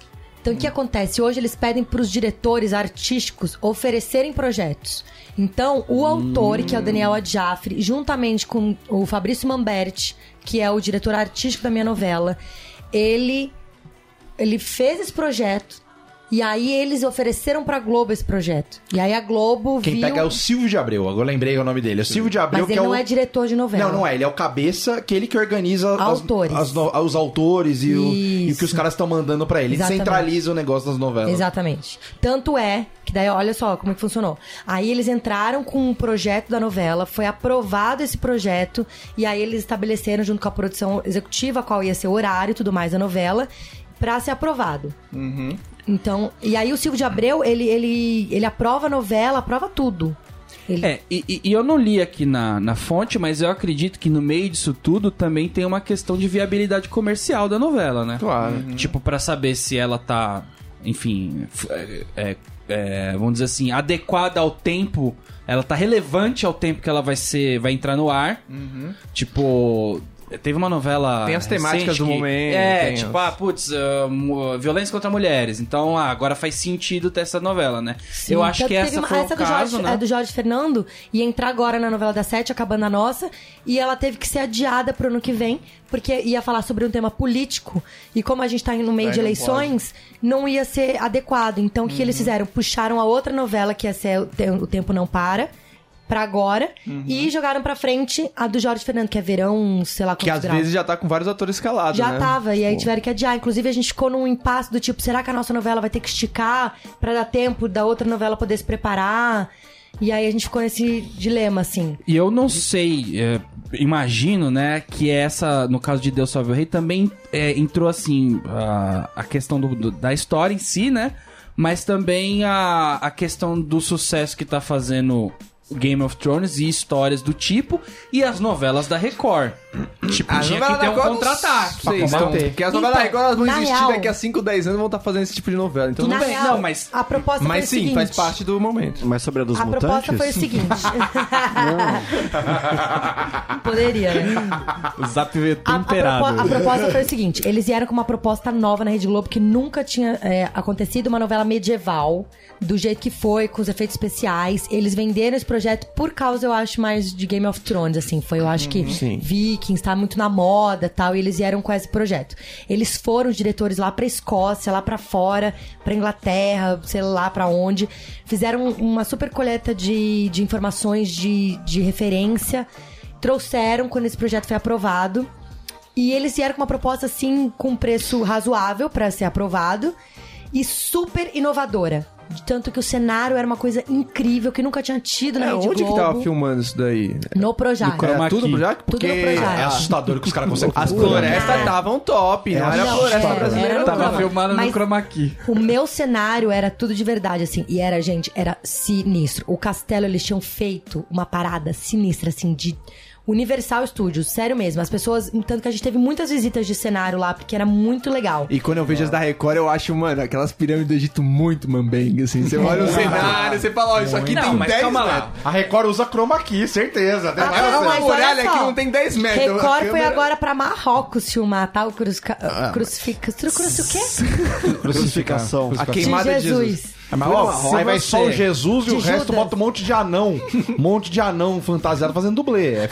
S5: Então, o que acontece? Hoje eles pedem para os diretores artísticos oferecerem projetos. Então, o autor, que é o Daniel Adjafre, juntamente com o Fabrício Mamberti, que é o diretor artístico da minha novela, ele ele fez esse projeto e aí eles ofereceram pra Globo esse projeto. E aí a Globo
S4: Quem
S5: viu,
S4: pega é o Silvio de Abreu, agora eu lembrei o nome dele. É O Silvio de Abreu
S5: mas
S4: que
S5: ele
S4: é
S5: não
S4: o
S5: é diretor de novela.
S4: Não, não é. Ele é o cabeça que ele que organiza as-
S5: Autores.
S4: as no- os autores e o, e o que os
S5: Isso.
S4: caras estão mandando pra ele. Ele
S5: Exatamente.
S4: centraliza o negócio das novelas.
S5: Exatamente. Tanto é que daí, olha só como é que funcionou. Aí eles entraram com um projeto da novela, foi aprovado esse projeto, e aí eles estabeleceram junto com a produção executiva qual ia ser o horário e tudo mais da novela, pra ser aprovado.
S4: Uhum.
S5: Então, e aí o Silvio de Abreu, ele, ele, ele aprova a novela, aprova tudo. Ele-
S1: É, e, e- e eu não li aqui na, na fonte, mas eu acredito que no meio disso tudo também tem uma questão de viabilidade comercial da novela, né?
S7: Claro.
S1: Tipo, pra saber se ela tá, enfim, f- é- é- é, vamos dizer assim, adequada ao tempo, ela tá relevante ao tempo que ela vai ser, vai entrar no ar. Tipo, teve uma novela
S7: Uhum. Tem as temáticas
S1: recente
S7: do
S1: que-
S7: momento,
S1: É,
S7: tem
S1: tipo,
S7: as-
S1: ah, putz, ah, mu- violência contra mulheres. Então, ah, agora faz sentido ter essa novela, né?
S5: Sim,
S1: eu acho
S5: tanto
S1: que
S5: teve
S1: essa
S5: uma-
S1: foi o
S5: do
S1: caso,
S5: Jorge,
S1: né?
S5: É do Jorge Fernando, ia entrar agora na novela da Sete, acabando a nossa, e ela teve que ser adiada pro ano que vem, porque ia falar sobre um tema político, e como a gente tá no meio de eleições, não ia ser adequado. Então, o que
S1: Uhum.
S5: eles fizeram? Puxaram a outra novela, que ia ser O Te- O Tempo Não Para, pra agora,
S1: Uhum.
S5: e jogaram pra frente a do Jorge Fernando, que é verão, sei lá
S7: Que
S5: quantos
S7: às
S5: graus.
S7: vezes já tá com vários atores escalados,
S5: Já
S7: né?
S5: tava, e aí tiveram que adiar. Inclusive, a gente ficou num impasse do tipo, será que a nossa novela vai ter que esticar pra dar tempo da outra novela poder se preparar? E aí a gente ficou nesse dilema, assim.
S1: E eu não sei, é, imagino, né, que essa, no caso de Deus Salve o Rei, também é, entrou, assim, a, a questão do- do- da história em si, né? Mas também a, a questão do sucesso que tá fazendo Game of Thrones e histórias do tipo e as novelas da Record.
S7: Ah,
S1: Tipo, tinha que ter um contra-ataque. pra
S7: Sim, então,
S1: combater.
S7: porque as
S5: Então,
S7: novelas agora elas vão
S5: na
S7: existir
S5: real-
S7: daqui a 5, 10 anos vão estar fazendo esse tipo de novela. Então
S5: Na
S7: não tem.
S5: real,
S1: não, mas-
S5: a proposta foi
S7: Mas
S5: o
S7: sim,
S5: é seguinte.
S7: faz parte do momento.
S6: Mas sobre a dos
S5: A proposta
S6: mutantes?
S5: foi o seguinte. Poderia, né?
S1: Zap
S5: A, a propo- a proposta foi o seguinte: eles vieram com uma proposta nova na Rede Globo que nunca tinha é, acontecido, uma novela medieval, do jeito que foi, com os efeitos especiais. Eles venderam esse projeto por causa, eu acho, mais de Game of Thrones, assim. Foi, eu acho que Vikings tá muito na moda tal, e eles vieram com esse projeto. Eles foram, os diretores, lá pra Escócia, lá pra fora, pra Inglaterra, sei lá pra onde. Fizeram uma super coleta de, de informações de, de referência. Trouxeram quando esse projeto foi aprovado. E eles vieram com uma proposta assim, com um preço razoável pra ser aprovado e super inovadora. De Tanto que o cenário era uma coisa incrível que nunca tinha tido na
S7: É,
S5: Rede
S7: onde
S5: Globo.
S7: que tava filmando isso daí?
S5: No Projac.
S1: No Chroma
S7: Era tudo
S1: Key.
S7: pro Jack?
S5: Tudo
S7: Porque
S5: no Projac.
S4: É assustador o que os caras conseguem né?
S7: as tá
S4: fazer.
S7: florestas estavam top, não era a
S5: É. Não,
S7: floresta
S5: era,
S7: brasileira.
S5: era
S7: não.
S5: no
S1: Tava
S5: Chroma.
S1: filmando no
S5: Mas-
S1: Chroma Key.
S5: O meu cenário era tudo de verdade, assim. E era, gente, era sinistro. O castelo, eles tinham feito uma parada sinistra, assim, de Universal Studios. Sério mesmo. As pessoas. Tanto que a gente teve muitas visitas de cenário lá, porque era muito legal.
S7: E quando eu vejo as da Record, eu acho, mano, aquelas pirâmides do Egito muito mambengue, assim. Você olha o cenário, você fala, ó, isso aqui
S1: Não,
S7: tem
S1: mas
S7: 10
S1: calma lá.
S7: metros.
S3: A Record usa chroma key, certeza. Tem
S5: Ah,
S3: várias-
S5: não,
S7: Uma
S5: mas
S7: muralha
S5: olha só.
S7: aqui não tem 10 metros. A
S5: Record foi
S7: câmera-
S5: agora pra Marrocos filmar, tá? O cruz...
S7: Ah,
S5: crucifixo. Cruci... O quê?
S6: Crucificação.
S7: A queimada de Jesus.
S3: É, Mas, ó,
S1: Se
S3: aí vai
S1: você-
S3: só o Jesus e
S5: De
S3: o resto
S5: Judas.
S3: bota um monte de anão. um monte de anão fantasiado fazendo dublê. É,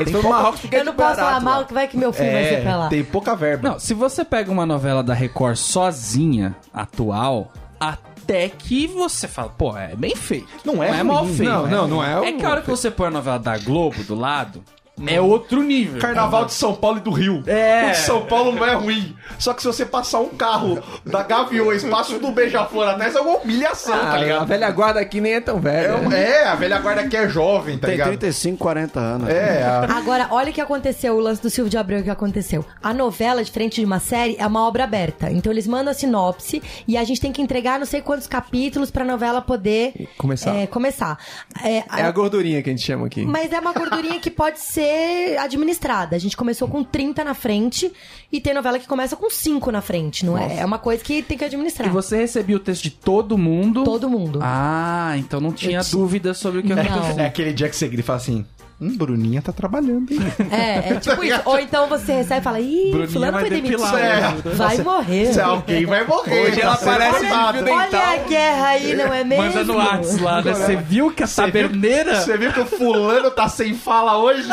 S7: Eles foram pro Marrocos porque
S5: Eu não
S7: é de
S5: posso falar
S7: barato lá.
S5: mal, que vai que meu filme vai ser pra
S3: é,
S5: lá.
S3: tem pouca verba.
S1: Não, se você pega uma novela da Record sozinha, atual, até que você fala, pô, é bem feio.
S3: Não é ruim,
S1: mal feio.
S7: não, não, não é
S1: É
S7: um-
S1: que a hora que você põe a novela da Globo do lado, é outro nível.
S3: Carnaval de São Paulo e do Rio.
S1: É.
S3: O de São Paulo não é ruim. Só que se você passar um carro da Gaviões, passa o do Beija-Flor atrás, é uma humilhação, tá
S7: Ah, a
S3: ligado?
S7: velha guarda aqui nem é tão velha.
S3: É, um- é, a velha guarda aqui é jovem, tá
S6: Tem
S3: ligado?
S6: 35, 40 anos.
S3: É, a-
S5: Agora, olha o que aconteceu, o lance do Silvio de Abreu que aconteceu. A novela, diferente de uma série, é uma obra aberta. Então eles mandam a sinopse e a gente tem que entregar não sei quantos capítulos pra novela poder...
S7: Começar.
S5: É, começar. É,
S7: É a gordurinha que a gente chama aqui.
S5: Mas é uma gordurinha que pode ser administrada. A gente começou com 30 na frente e tem novela que começa com 5 na frente, não é? É uma coisa que tem que
S1: E
S5: administrar.
S1: você recebia o texto de todo mundo?
S5: Todo mundo.
S1: Ah, então não tinha
S5: Eu ti-
S1: dúvida sobre o que
S5: Não.
S1: aconteceu.
S3: um. é aquele dia que você grita e fala assim: Hum, Bruninha tá trabalhando, hein?
S5: É, é tipo isso. Ou então você recebe e fala, ih,
S1: Bruninha
S5: fulano
S1: vai
S5: foi demitido.
S1: depilar, né?
S5: Vai morrer.
S7: é
S3: Se alguém vai morrer.
S4: Hoje ela
S3: tá
S4: parece
S3: sendo
S4: um
S3: armada.
S4: fio dental.
S5: Olha a guerra aí, não é mesmo?
S1: Manda no Whats lá, né? Você viu que a taberneira...
S3: Você viu que o fulano tá sem fala hoje?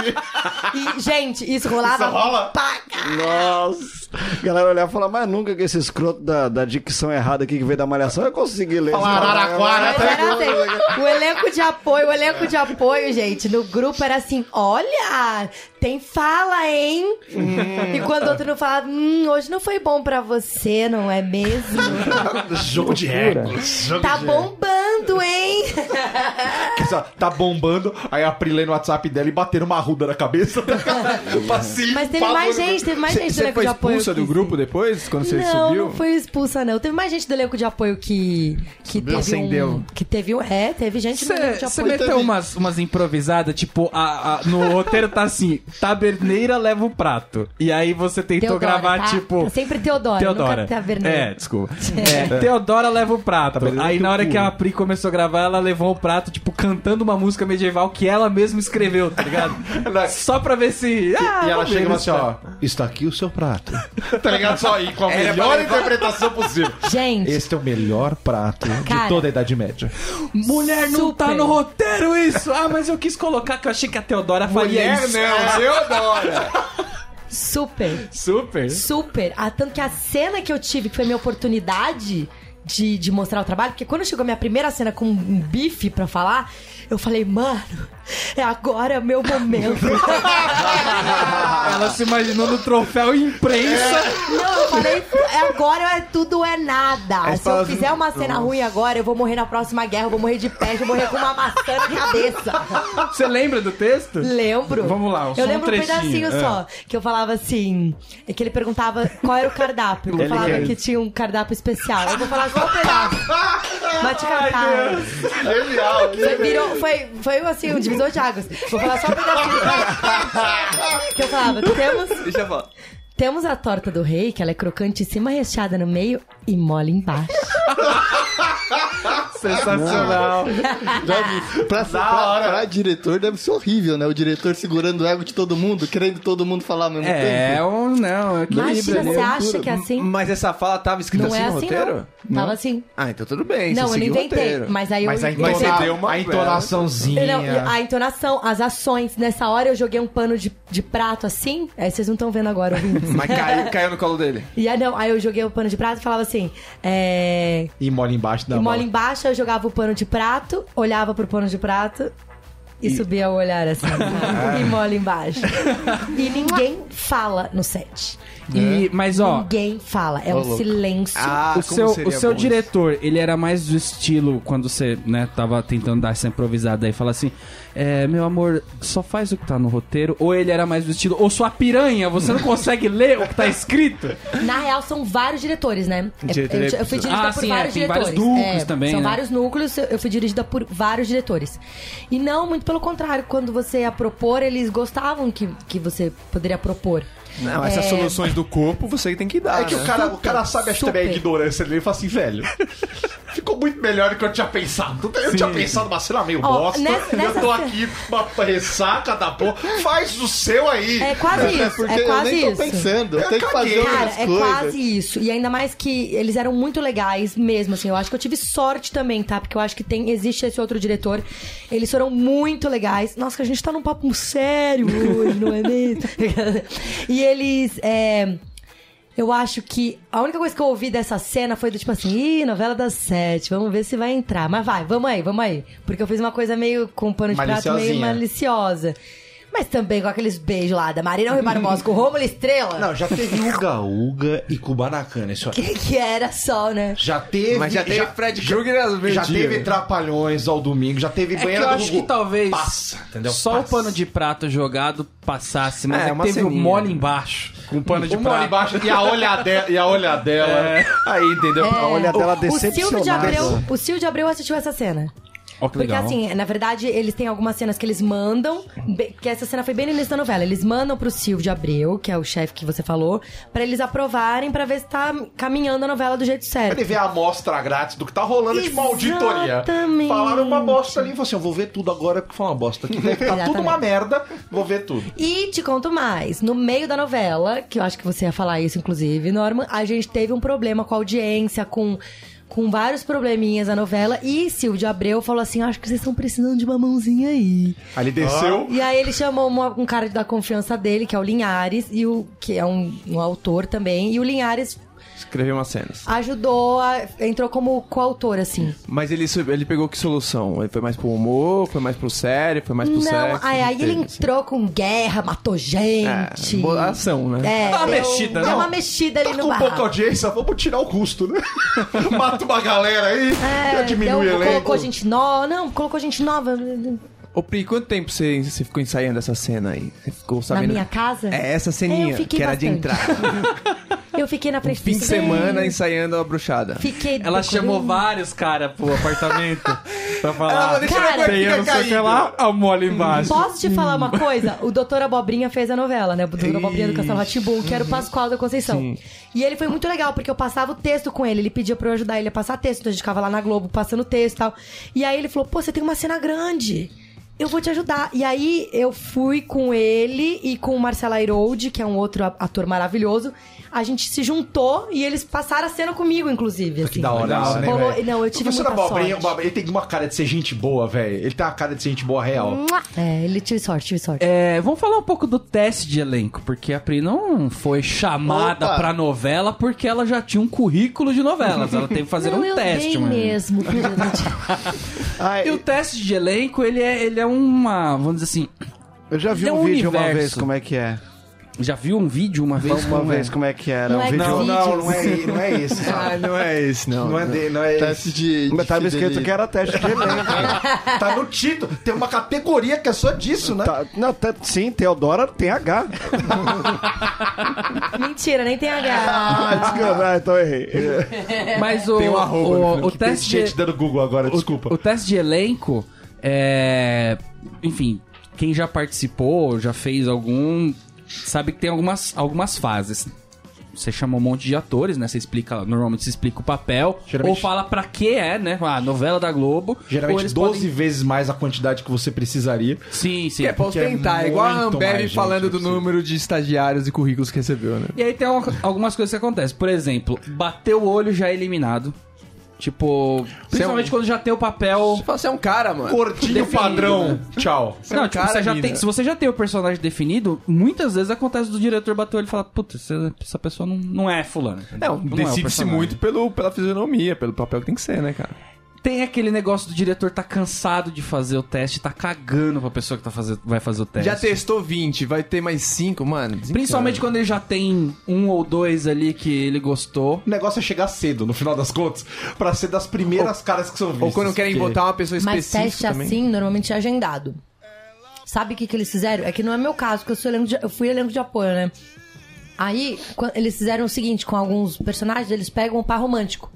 S5: E, gente, isso
S7: Ah,
S5: rolava.
S3: Isso rola? né?
S5: Pá,
S6: Nossa! A galera olhar e falar, mas nunca que esse escroto da, da dicção errada aqui que veio da malhação eu consegui ler.
S3: Falar Araraquara,
S5: Mas
S3: tá
S5: era assim, o elenco de apoio, o elenco de apoio, gente, no grupo era assim, olha, tem fala, hein? E quando outro não falava, hum, hoje não foi bom pra você, não é mesmo?
S3: Jogo de regras. jogo
S5: Tá
S3: de
S5: bombando, hein?
S3: regras. Tá bombando. Aí a Pri lê no WhatsApp dela e bateram uma arruda na cabeça. assim, Passinho,
S5: Mas teve mais gente, teve mais gente do
S7: Você
S5: elenco
S7: foi
S5: de apoio.
S7: expulsa
S5: que-
S7: do grupo depois, quando você
S5: não,
S7: subiu?
S5: não foi expulsa, não. Teve mais gente do elenco de apoio que, que teve um...
S7: Acendeu.
S5: Que teve um... É, teve gente do elenco de
S1: Você
S5: apoio.
S1: meteu umas, umas improvisadas, tipo, a, a- no roteiro tá assim, taberneira leva o prato. E aí você tentou
S5: Teodora,
S1: gravar,
S5: tá?
S1: tipo...
S5: É Sempre Teodora,
S1: Teodora.
S5: nunca tá Taverneiro.
S1: é, desculpa. É, Teodora leva o prato. Aí na hora que a Pri começou a gravar, ela levou o prato, tipo, cantando uma música medieval que ela mesma escreveu, tá ligado? Só pra ver se. Ah,
S3: E ela
S1: vamos
S5: tá
S1: ver
S3: chega e fala
S1: isso.
S3: assim, ó. Está aqui o seu prato. tá ligado? Só aí, com a
S7: É,
S4: Era pra
S3: melhor
S4: levar-
S3: interpretação possível.
S5: Gente,
S3: Este é o melhor prato
S5: Cara.
S3: de toda a Idade Média.
S1: Mulher não tá
S5: Super.
S1: no roteiro isso! Ah, mas eu quis colocar que eu achei que a Teodora faria
S4: Mulher
S1: isso.
S4: não,
S7: É.
S4: Teodora.
S5: super,
S1: Super.
S5: super. Ah, tanto que a cena que eu tive, que foi minha oportunidade de, de mostrar o trabalho, porque quando chegou a minha primeira cena com um bife pra falar, eu falei, mano, é agora meu momento.
S1: Ela se imaginou no troféu imprensa.
S5: Não, eu falei, é agora é tudo é nada.
S7: Aí
S5: Se
S7: fala
S5: eu
S7: assim,
S5: fizer uma cena ruim agora, eu vou morrer na próxima guerra, eu vou morrer de peste, eu vou morrer com uma maçã na cabeça.
S1: Você lembra do texto?
S5: Lembro.
S1: Vamos lá, só
S5: Eu
S1: um
S5: lembro um,
S1: trechinho,
S5: pedacinho
S1: é.
S5: só. Que eu falava assim. É que ele perguntava qual era o cardápio. Eu falava que tinha um cardápio especial. Eu vou falar só um pedaço. Mate cantar.
S3: Genial.
S5: Foi, virou- foi, foi assim, um divisor de águas. Vou falar só um pedacinho. que eu falava, temos.
S4: Deixa eu falar.
S5: Temos a torta do rei, que ela é crocante em cima, recheada no meio e mole embaixo.
S1: Sensacional.
S2: Deve, pra, pra, pra diretor deve ser horrível, né? O diretor segurando o ego de todo mundo, querendo todo mundo falar ao mesmo
S1: É,
S2: tempo.
S1: um, não,
S5: Imagina,
S1: equilíbrio.
S5: você
S1: ali.
S5: acha que é assim?
S7: Mas essa fala tava escrita
S5: Não
S7: assim
S5: é
S7: no
S5: assim,
S7: roteiro?
S5: não. Tava assim.
S7: Ah, então tudo
S5: Não,
S7: bem. você
S5: eu não
S7: seguiu o
S5: inventei.
S7: roteiro.
S5: Mas aí eu
S3: Mas a,
S5: inventei.
S3: entona-
S7: deu uma
S3: a entonaçãozinha.
S5: Não,
S1: é.
S5: e a entonação, as ações. Nessa hora eu joguei um pano de, de prato assim. É, vocês não estão vendo agora ouvintes.
S7: Mas caiu, caiu no colo dele.
S5: e aí, não, aí eu joguei o pano de prato e falava assim: é.
S3: E mole embaixo da
S1: Tá
S5: e
S3: mão.
S5: mola embaixo, eu jogava o pano de prato, olhava pro pano de prato. E, subia o olhar assim, e mola embaixo. E ninguém fala no set.
S3: né?
S1: E, mas ó,
S5: Ninguém fala. É um silêncio.
S1: o seu, o seu diretor, ele era mais do estilo quando você, né, tava tentando dar essa improvisada aí, falar assim: é, meu amor, só faz o que tá no roteiro. Ou ele era mais do estilo, ou sua piranha, você não consegue ler o que tá escrito?
S5: Na real, são vários diretores, né? É,
S7: Diretor
S5: eu, eu fui dirigida
S1: Ah,
S5: por
S1: sim, é,
S5: vários
S1: tem vários
S5: diretores.
S1: núcleos
S5: É,
S1: também,
S5: São
S1: né?
S5: vários núcleos, eu- eu fui dirigida por vários diretores. E não, muito pelo contrário, quando você ia propor, eles gostavam que, que você poderia propor.
S7: Não, essas
S5: É.
S7: soluções do corpo você tem que dar.
S3: É que o
S7: né?
S3: cara, o cara sabe acho que também a
S5: super.
S3: ignorância dele e fala assim, velho. Ficou muito melhor do que eu tinha pensado. Eu tinha pensado uma cena meio
S5: Ó,
S3: bosta.
S5: nessa- nessa
S3: eu tô
S5: cena-
S3: aqui, uma ressaca da porra. Faz o seu aí.
S5: É quase
S2: É
S5: isso,
S2: porque
S5: é
S2: eu
S5: quase
S2: nem tô
S5: isso.
S2: pensando, eu tenho que
S3: caguei.
S2: fazer
S5: Cara,
S2: outras
S5: é
S2: coisas.
S5: quase isso. E ainda mais que eles eram muito legais mesmo, assim. Eu acho que eu tive sorte também, tá? Porque eu acho que tem, existe esse outro diretor. Eles foram muito legais. Nossa, que a gente tá num papo sério hoje, não é mesmo? e eles. é, Eu acho que a única coisa que eu ouvi dessa cena foi do tipo assim, ih, novela das sete, vamos ver se vai entrar. Mas vai, vamos aí, vamos aí. Porque eu fiz uma coisa meio com pano de prato meio
S3: Maliciosinha.
S5: maliciosa. Mas também com aqueles beijos lá da Marina Rui Barbosa com o Rômulo Estrela.
S3: Não, já teve Uga Uga e Kubanacan, isso aí.
S5: Que, que era só, né?
S3: Já teve.
S4: Mas já teve Fred Krueger e as
S3: Já
S4: Verdinhas.
S3: teve Trapalhões ao domingo, já teve
S1: É que
S3: banheiro
S1: eu acho que talvez
S3: Passa, entendeu?
S1: só
S3: Passa.
S1: o pano de prato jogado passasse, mas
S7: É,
S1: é, que
S7: uma
S1: teve o
S7: ceninha.
S1: mole embaixo Um com o pano de
S3: O mole
S1: prato.
S3: embaixo e a olhadela. E a olhadela. Aí, entendeu?
S6: Olha dela
S5: É. O Silvio de
S6: decepcionada.
S5: Abreu, o Silvio de Abreu assistiu essa cena.
S1: Ó, que
S5: Porque
S1: legal.
S5: assim, na verdade, eles têm algumas cenas que eles mandam, be- que essa cena foi bem no início da novela. Eles mandam pro Silvio de Abreu, que é o chefe que você falou, pra eles aprovarem pra ver se tá caminhando a novela do jeito certo.
S3: Ele vê a amostra grátis do que tá rolando, tipo uma auditoria.
S5: Exatamente.
S3: Falaram uma bosta ali e falaram assim: eu vou ver tudo agora porque foi uma bosta. Aqui deve tá tudo
S5: Exatamente.
S3: uma merda, vou ver tudo.
S5: E te conto mais, no meio da novela, que eu acho que você ia falar isso, inclusive, Norman, a gente teve um problema com a audiência, com, com vários probleminhas na novela, e Silvio de Abreu falou assim, acho que vocês estão precisando de uma mãozinha aí.
S3: Aí ele
S1: Ah.
S3: desceu.
S5: E aí ele chamou uma- um cara da confiança dele, que é o Linhares, e o, que é um, um autor também, e o Linhares
S7: Escrever umas cenas.
S5: ajudou, a- entrou como coautor, assim.
S1: Tipo
S7: Mas ele, sub- ele pegou que solução? Ele foi mais pro humor, foi mais pro sério, foi mais pro
S5: Não,
S7: sexo?
S5: aí, aí ele
S7: Teve, assim.
S5: entrou com guerra, matou gente.
S7: É, boa ação, né?
S5: É,
S1: Dá uma
S5: deu-
S1: Tá mexida,
S5: deu
S1: não?
S5: uma mexida ali
S3: Tá
S5: no
S3: com
S5: barraco.
S3: pouca audiência, vamos tirar o custo, né? Mata uma galera aí, já diminui o
S5: deu- um
S3: elenco.
S5: É, então Colocou gente nova. Não, colocou gente nova. Na
S7: Ô, Pri, quanto tempo você, você ficou ensaiando essa cena aí? Você ficou sabendo?
S5: minha casa?
S7: É,
S5: É,
S7: essa
S5: eu
S7: ceninha,
S5: fiquei
S7: que era de
S5: bastante.
S7: entrar.
S5: Eu fiquei na frente do
S7: Fim de
S5: espelho,
S7: semana ensaiando a bruxada.
S5: Fiquei.
S1: Ela chamou
S5: decorando.
S1: vários caras pro apartamento pra
S3: Ah,
S1: falar.
S3: mas deixa eu ver
S5: Cara,
S3: agora
S1: Tem
S3: que
S1: eu não
S3: fica
S1: sei o
S5: é
S1: que
S3: caído.
S1: lá, a mole embaixo.
S5: Posso te falar uma coisa? O Doutor Abobrinha fez a novela, né? O Doutor Abobrinha do Castelo Ratibu, que era
S3: Uhum.
S5: o Pascoal da Conceição. E ele foi muito legal, porque eu passava o texto com ele. Ele pedia pra eu ajudar ele a passar texto. Então a gente ficava lá na Globo passando texto e tal. E aí ele falou: pô, você tem uma cena grande. Eu vou te ajudar. E aí eu fui com ele e com o Marcelo Airold, que é um outro a- ator maravilhoso. A gente se juntou e eles passaram a cena comigo, inclusive. Assim.
S3: Ah, da hora isso, né,
S5: Rolou-
S3: velho?
S5: Não, eu tive
S3: Professor
S5: muita
S3: Abobrinha,
S5: sorte.
S3: o Abobrinha, ele tem uma cara de ser gente boa, velho. Ele tem uma cara de ser gente boa real.
S5: É, ele tive sorte, tive sorte.
S1: É, vamos falar um pouco do teste de elenco, porque a Pri não foi chamada
S2: Opa.
S1: pra novela porque ela já tinha um currículo de novelas. Ela teve que fazer
S5: Não,
S1: um
S5: eu
S1: teste,
S5: dei
S1: mano.
S5: mesmo, querido.
S6: Ai,
S3: Ah,
S1: E o teste de elenco, ele é, ele é uma. Vamos dizer assim.
S6: eu já vi
S1: é
S6: um,
S1: um
S6: vídeo uma
S1: universo.
S6: vez como é que é.
S1: Já viu um vídeo uma vez?
S6: Uma
S1: como
S6: vez
S1: é?
S6: como é que era.
S5: Não
S6: um
S5: é
S6: vídeo...
S5: não.
S3: não, não é, não é esse. sabe?
S7: Ah, não é isso, não.
S3: Não é dele, não é esse.
S2: Teste de.
S6: Mas
S2: de
S7: tá
S6: tava escrito
S2: fidelidade.
S6: que era teste de elenco.
S3: Tá no título. Tem uma categoria que é só disso, né?
S6: Tá- não, tá- sim, Teodora tem H.
S5: Mentira, nem tem H.
S6: Ah, desculpa, ah, então errei.
S1: Mas o,
S3: um
S1: o- o teste de-
S3: né? Tem gente dando Google agora, desculpa.
S1: O, o teste de elenco é. Enfim, quem já participou, já fez algum. Sabe que tem algumas, algumas fases. Você chama um monte de atores, né? Você explica, normalmente você explica o papel.
S3: Geralmente-
S1: Ou fala pra que é, né? Ah, novela da Globo. ou
S3: Geralmente
S1: eles
S3: 12
S1: podem-
S3: vezes mais a quantidade que você precisaria.
S1: Sim, sim.
S7: Que é pra ostentar,
S3: é
S7: igual a
S3: muito mais
S7: Ambev
S3: gente
S7: falando do
S3: possível.
S7: número de estagiários e currículos que recebeu, né?
S1: E aí tem uma- algumas coisas que acontecem. Por exemplo, bateu o olho já é eliminado.
S3: é
S1: Tipo,
S3: um
S1: principalmente quando já tem o papel.
S7: Você é um cara, mano.
S3: Gordinho
S1: Definido,
S3: padrão.
S1: né?
S3: Tchau.
S7: é
S1: não,
S7: um
S1: tipo,
S7: cara,
S1: você já
S7: mina.
S1: tem, se você já tem o personagem definido, muitas vezes acontece do diretor bater o olho e falar, puta, essa, essa pessoa não, não é fulano.
S7: Não,
S1: é o
S7: um decide-se
S1: personagem.
S7: muito pelo, pela fisionomia, pelo papel que tem que ser, né, cara?
S1: Tem aquele negócio do diretor tá cansado de fazer o teste, tá cagando pra pessoa que tá fazer, vai fazer o teste.
S7: Já testou 20, vai ter mais 5, mano. desencana.
S1: Principalmente quando ele já tem um ou dois ali que ele gostou.
S3: O negócio é chegar cedo, no final das contas, pra ser das primeiras caras que são vistas.
S7: Ou quando querem
S3: porque-
S7: botar uma pessoa
S5: Mas
S7: específica
S5: teste
S7: também.
S5: assim, normalmente é agendado. Sabe o que, que eles fizeram? É que não é meu caso, porque eu, sou elenco de- eu fui elenco de apoio, né? Aí, quan- eles fizeram o seguinte, com alguns personagens, eles pegam um par romântico.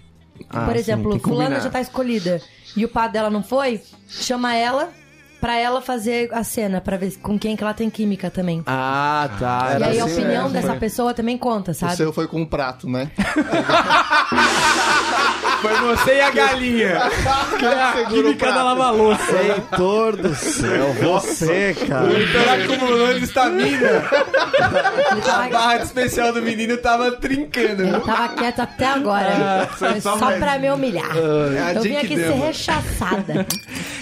S7: Ah,
S5: Por
S7: sim,
S5: exemplo,
S7: tem que
S5: fulana
S7: combinar.
S5: já tá escolhida e o par dela não foi, chama ela pra ela fazer a cena, pra ver com quem que ela tem química também.
S7: Ah, tá.
S5: e
S7: Era
S5: aí a
S7: assim
S5: opinião
S7: mesmo.
S5: dessa pessoa também conta,
S2: O
S7: é
S5: sabe?
S7: assim.
S2: seu foi com um prato, né?
S7: Foi você e a galinha.
S2: Quem segurou o
S1: Química da
S2: prato?
S1: lava-louça.
S6: Heitor do céu, você, cara.
S7: Ele tava acumulando estamina.
S5: Ele tava-
S7: A barra de especial do menino tava trincando.
S5: Eu tava quieta até agora. Foi só pra me humilhar.
S7: a
S5: eu
S7: gente
S5: vim aqui
S7: deu,
S5: ser
S7: mano.
S5: rechaçada.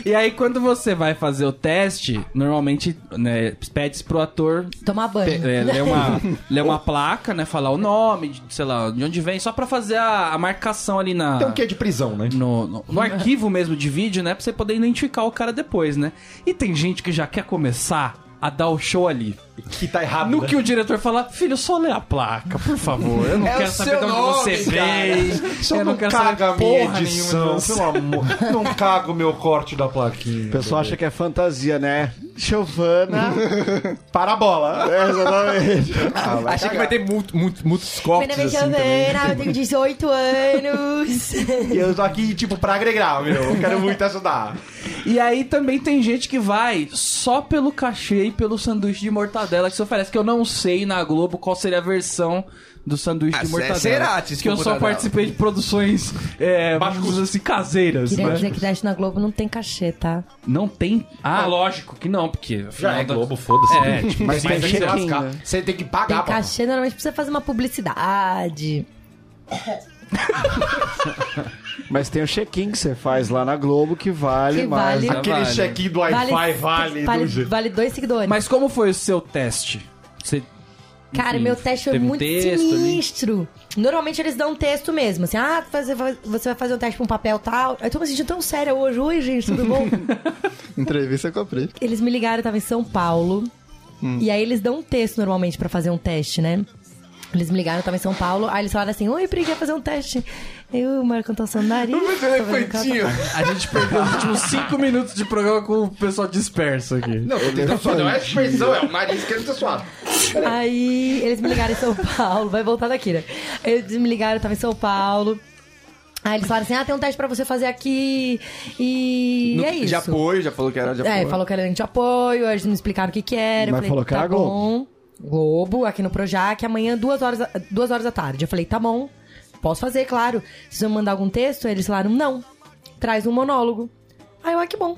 S1: E aí, quando você vai fazer o teste, normalmente, né, pede pro ator
S5: Tomar banho.
S1: é, ler, uma, ler uma placa, né? Falar o nome, de- sei lá, de onde vem, só pra fazer a, a marcação ali na.
S3: Tem um quê de prisão, né?
S1: No, no- no arquivo mesmo de vídeo, né? Pra você poder identificar o cara depois, né? E tem gente que já quer começar a dar o show ali.
S3: Que tá errado.
S1: No
S3: né?
S1: que o diretor fala, filho, só lê a placa, por favor. Eu não
S7: É o
S1: quero saber
S7: seu
S1: de onde
S7: nome,
S1: você
S7: cara.
S1: veio.
S3: Só
S1: eu
S3: não,
S1: não quero
S3: caga a
S1: saber
S3: minha
S1: porra
S3: edição,
S1: nenhuma. de você."
S3: pelo amor. Não caga o meu corte da plaquinha.
S6: O pessoal acha que é fantasia, né? Giovana.
S3: Para a bola.
S6: É, exatamente.
S7: Achei que vai ter muito, muito, muitos
S5: Meu
S7: cortes
S5: nome é
S7: assim também.
S5: Giovana, eu tenho 18 anos.
S3: E eu tô aqui, tipo, pra agregar, meu. Eu quero muito ajudar.
S1: E aí também tem gente que vai só pelo cachê e pelo sanduíche de mortadela que se oferece, que eu não sei na Globo qual seria a versão do sanduíche
S4: Ah,
S1: de
S4: se-
S1: mortadela.
S4: será, diz que
S1: que eu só
S4: mortadela.
S1: participei de produções, é, vamos dizer assim, caseiras,
S5: Queria
S1: né?
S5: dizer que Dash na Globo não tem cachê, tá?
S1: Não tem... Ah, lógico que não, porque... afinal
S4: é
S3: é
S1: da-
S4: foda-se.
S1: É, tipo,
S4: mas
S1: tem
S4: tem que se
S1: chequinho,
S4: lascar.
S1: né?
S4: Você tem que
S5: Tem
S3: Tá
S4: pagar, pra-
S5: cachê, normalmente precisa fazer uma publicidade.
S6: Mas tem o check-in que você faz lá na Globo que vale
S5: Que
S6: mais.
S5: vale.
S3: Aquele
S1: Vale.
S3: check-in do Wi-Fi vale, do
S5: vale,
S3: jeito.
S5: vale dois seguidores.
S1: Mas como foi o seu teste? Você...
S5: Cara,
S1: Enfim,
S5: meu teste foi
S1: teve um
S5: muito
S1: texto ali.
S5: sinistro. Normalmente eles dão um texto mesmo, assim, ah, você vai você vai fazer um teste pra um papel tal. Eu tô me sentindo tão séria hoje. Oi, gente, tudo bom?
S2: Entrevista com a Pri.
S5: eles me ligaram, eu tava em São Paulo. E aí eles dão um texto normalmente pra fazer um teste, né? Eles me ligaram, eu tava em São Paulo. Aí eles falaram assim: Oi, Pri, quer fazer um teste? Eu, Marco Antônio Sandari. tá
S1: A gente perdeu os últimos 5 minutos de programa com o pessoal disperso aqui.
S4: Não, então só não é expressão, é o nariz que ele tá suado.
S5: Aí eles me ligaram em São Paulo. Vai voltar daqui, né? Eles me ligaram, eu tava em São Paulo. Aí eles falaram assim: Ah, tem um teste pra você fazer aqui. E é isso.
S7: De apoio, já falou que era de apoio.
S5: É, falou que era link de apoio, aí eles me explicaram o que que era. eu
S6: Mas
S5: falei,
S6: falou que
S5: tá
S6: era Globo.
S5: bom. Globo, aqui no Projac, amanhã, duas horas, duas horas da tarde. Eu falei, tá bom, posso fazer, claro. Vocês vão mandar algum texto? Eles falaram, não. Traz um monólogo. Aí eu, ah, que bom.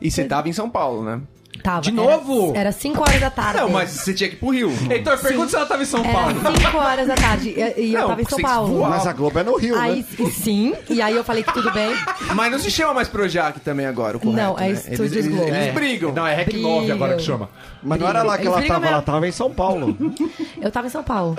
S7: E você tava em São Paulo, né?
S5: Tava.
S1: De
S5: era-
S1: novo?
S5: Era 5 horas da tarde.
S4: Não, mas você tinha que ir pro Rio.
S1: Heitor, pergunta se ela tava em São
S3: É
S1: Paulo.
S5: Era 5 horas da tarde. E, e eu
S4: Não,
S5: tava em São
S4: vocês
S5: Paulo.
S4: voaram.
S6: Mas a Globo é no Rio,
S5: Aí,
S6: né?
S5: e sim, e aí eu falei que tudo bem.
S7: Mas não se chama mais Projac também agora, o correto,
S5: Não, é
S7: né?
S5: Estúdios
S7: eles, eles,
S5: Globo.
S7: eles
S5: É.
S7: brigam.
S3: Não, é Rec 9 agora que
S5: Brilho.
S3: chama.
S6: Mas não era lá que
S5: Eles
S6: ela
S5: brigam
S6: tava,
S5: mesmo.
S6: ela tava em São Paulo.
S5: Eu tava em São Paulo.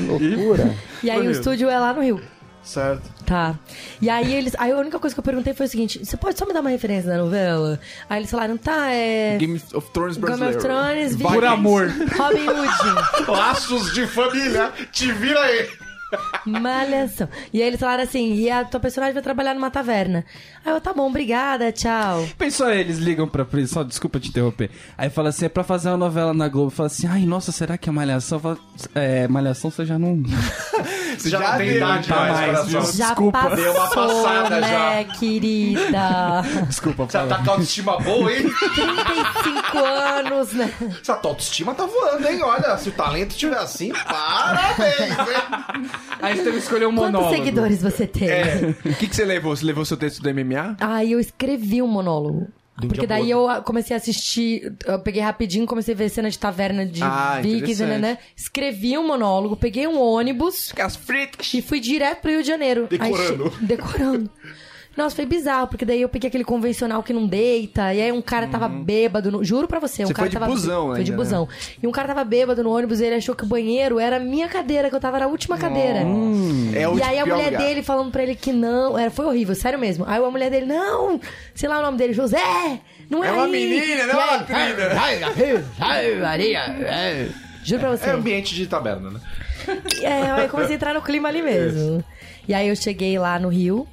S6: Loucura.
S5: E aí o estúdio é lá no Rio.
S3: Certo.
S5: Tá. E aí eles. Aí a única coisa que eu perguntei foi o seguinte: você pode só me dar uma referência da novela? Aí eles falaram, tá, é.
S7: Game of Thrones
S5: Game
S7: brasileiro.
S5: of Thrones, Vikings,
S1: Por amor.
S5: Robin Hood,
S3: Laços de família, te vira aí.
S5: Malhação. E aí eles falaram assim: e a tua personagem vai trabalhar numa taverna. Aí eu, tá bom, obrigada, tchau.
S1: Pensou aí, eles ligam pra Pri, só desculpa te interromper. Aí fala assim, é pra fazer uma novela na Globo. Fala assim, ai, nossa, será que é Malhação? Fala, é, Malhação você já não...
S3: Você já, tem
S7: viu,
S3: idade
S1: tá
S3: mais,
S1: mais,
S3: coração.
S1: viu?
S5: Já
S1: Desculpa.
S5: passou,
S3: Deu uma passada
S5: né, querida?
S1: Desculpa,
S3: Você tá com a autoestima boa, hein?
S5: 35 anos, né?
S3: Essa tua autoestima tá voando, hein? Olha, se o talento tiver assim, parabéns, hein?
S1: Aí você teve que escolher um monólogo.
S5: Quantos seguidores você tem?
S3: É,
S7: O que, que você levou? Você levou seu texto do MMA?
S5: Ah, Aí eu escrevi um monólogo. Porque daí eu ah, comecei a assistir, eu peguei rapidinho, comecei a ver cena de taverna de
S7: Ah,
S5: Vikings, né,
S7: interessante.
S5: né? Escrevi um monólogo, peguei um ônibus
S7: As fritas.
S5: e fui direto pro Rio de Janeiro. Aí
S3: Decorando.
S5: che- decorando. Nossa, foi bizarro, porque daí eu peguei aquele convencional que não deita, e aí um cara tava bêbado, no- juro pra você, um
S7: Uhum. Você
S5: cara
S7: foi de
S5: tava
S7: busão
S5: foi de
S7: ainda, né?
S5: busão. E um cara tava bêbado no ônibus, e ele achou que o banheiro era a minha cadeira, que eu tava na última cadeira.
S7: É o
S5: E aí a
S7: pior
S5: mulher
S7: lugar.
S5: dele falando pra ele que não, era, foi horrível, sério mesmo. Aí a mulher dele, não, sei lá o nome dele, José, não é
S7: É uma
S5: aí.
S7: menina,
S5: E
S7: não é uma
S5: aí,
S7: latrina.
S5: ai, ai, ai, Maria, ai. Juro pra
S7: um
S5: você.
S3: É ambiente de taberna, né?
S5: É, aí eu comecei a entrar no clima ali mesmo. E aí eu cheguei lá no Rio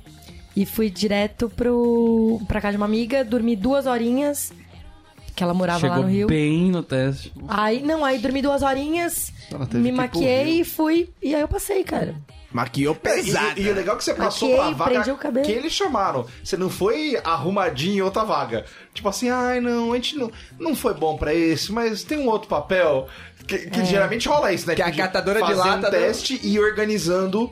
S5: e fui direto pro, pra casa de uma amiga, dormi duas horinhas, que ela morava
S1: Chegou
S5: lá no Rio.
S1: bem no teste.
S5: Aí, não, aí dormi duas horinhas, me maquiei e fui. E aí eu passei, cara.
S7: Maquiou pesado.
S3: E, e o legal é que você passou
S5: Maquiei,
S3: pra
S5: prendi
S3: vaga
S5: o cabelo.
S3: que eles chamaram. Você não foi arrumadinho em outra vaga. Tipo assim, ai não, a gente não, não foi bom pra esse, mas tem um outro papel. Que,
S5: É.
S3: que geralmente rola isso, né?
S7: Que é
S3: Tipo,
S7: a catadora de
S3: fazer
S7: lata né?
S3: um
S7: do-
S3: teste e ir organizando.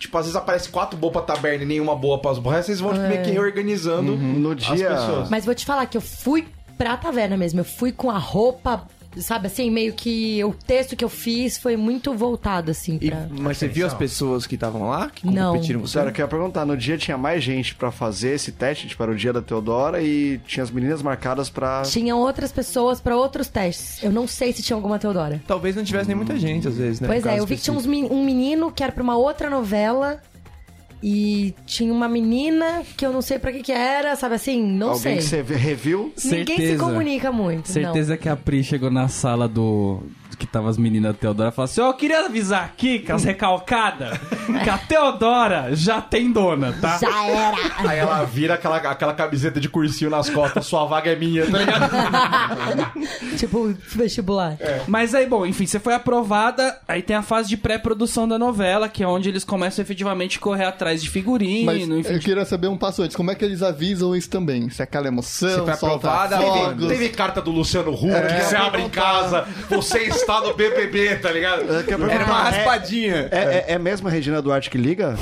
S3: Tipo, às vezes aparece quatro boas pra taberna e nenhuma boa pra borras. Vocês vão tipo, meio
S7: É.
S3: que reorganizando
S7: Uhum.
S6: No
S3: as
S6: dia-
S3: pessoas.
S5: Mas vou te falar que eu fui pra taverna mesmo. Eu fui com a roupa, sabe assim, meio que o texto que eu fiz foi muito voltado, assim,
S7: E-
S5: pra.
S7: mas você viu as pessoas que estavam lá? Que
S5: Não.
S7: competiram com você?
S6: Sério, eu queria perguntar. No dia tinha mais gente pra fazer esse teste, tipo, era o dia da Teodora e tinha as meninas marcadas pra...
S5: Tinham outras pessoas pra outros testes. Eu não sei se tinha alguma Teodora.
S7: Talvez não tivesse nem muita gente, às vezes, né?
S5: pois
S7: É, Caso
S5: é, eu vi que tinha
S7: específico.
S5: uns men- um menino que era pra uma outra novela. E tinha uma menina que eu não sei pra que que era, sabe assim? Não
S6: Alguém que
S5: sei.
S6: você vê- reviu?
S5: Ninguém se
S1: Certeza.
S5: comunica muito.
S1: Certeza que a Pri chegou na sala do que tava as meninas da Teodora, falou assim: Ó, eu queria avisar aqui, que as recalcadas, que a Teodora já tem dona, tá?
S5: Já era.
S3: Aí ela vira aquela, aquela camiseta de cursinho nas costas, sua vaga é minha, tá ligado?
S5: tipo, vestibular.
S1: Mas aí, bom, enfim, você foi aprovada, aí tem a fase de pré-produção da novela, que é onde eles começam efetivamente a correr atrás de figurino,
S2: Mas
S1: enfim.
S2: eu queria saber um passo antes. Como é que eles avisam isso também? Se é aquela emoção,
S4: foi
S2: solta
S4: aprovada, teve-
S2: fogos.
S3: Teve carta do Luciano Huck, que você abre em casa, você está no BBB, tá ligado?
S4: Era uma raspadinha.
S6: É, é- é mesmo a Regina Duarte que liga?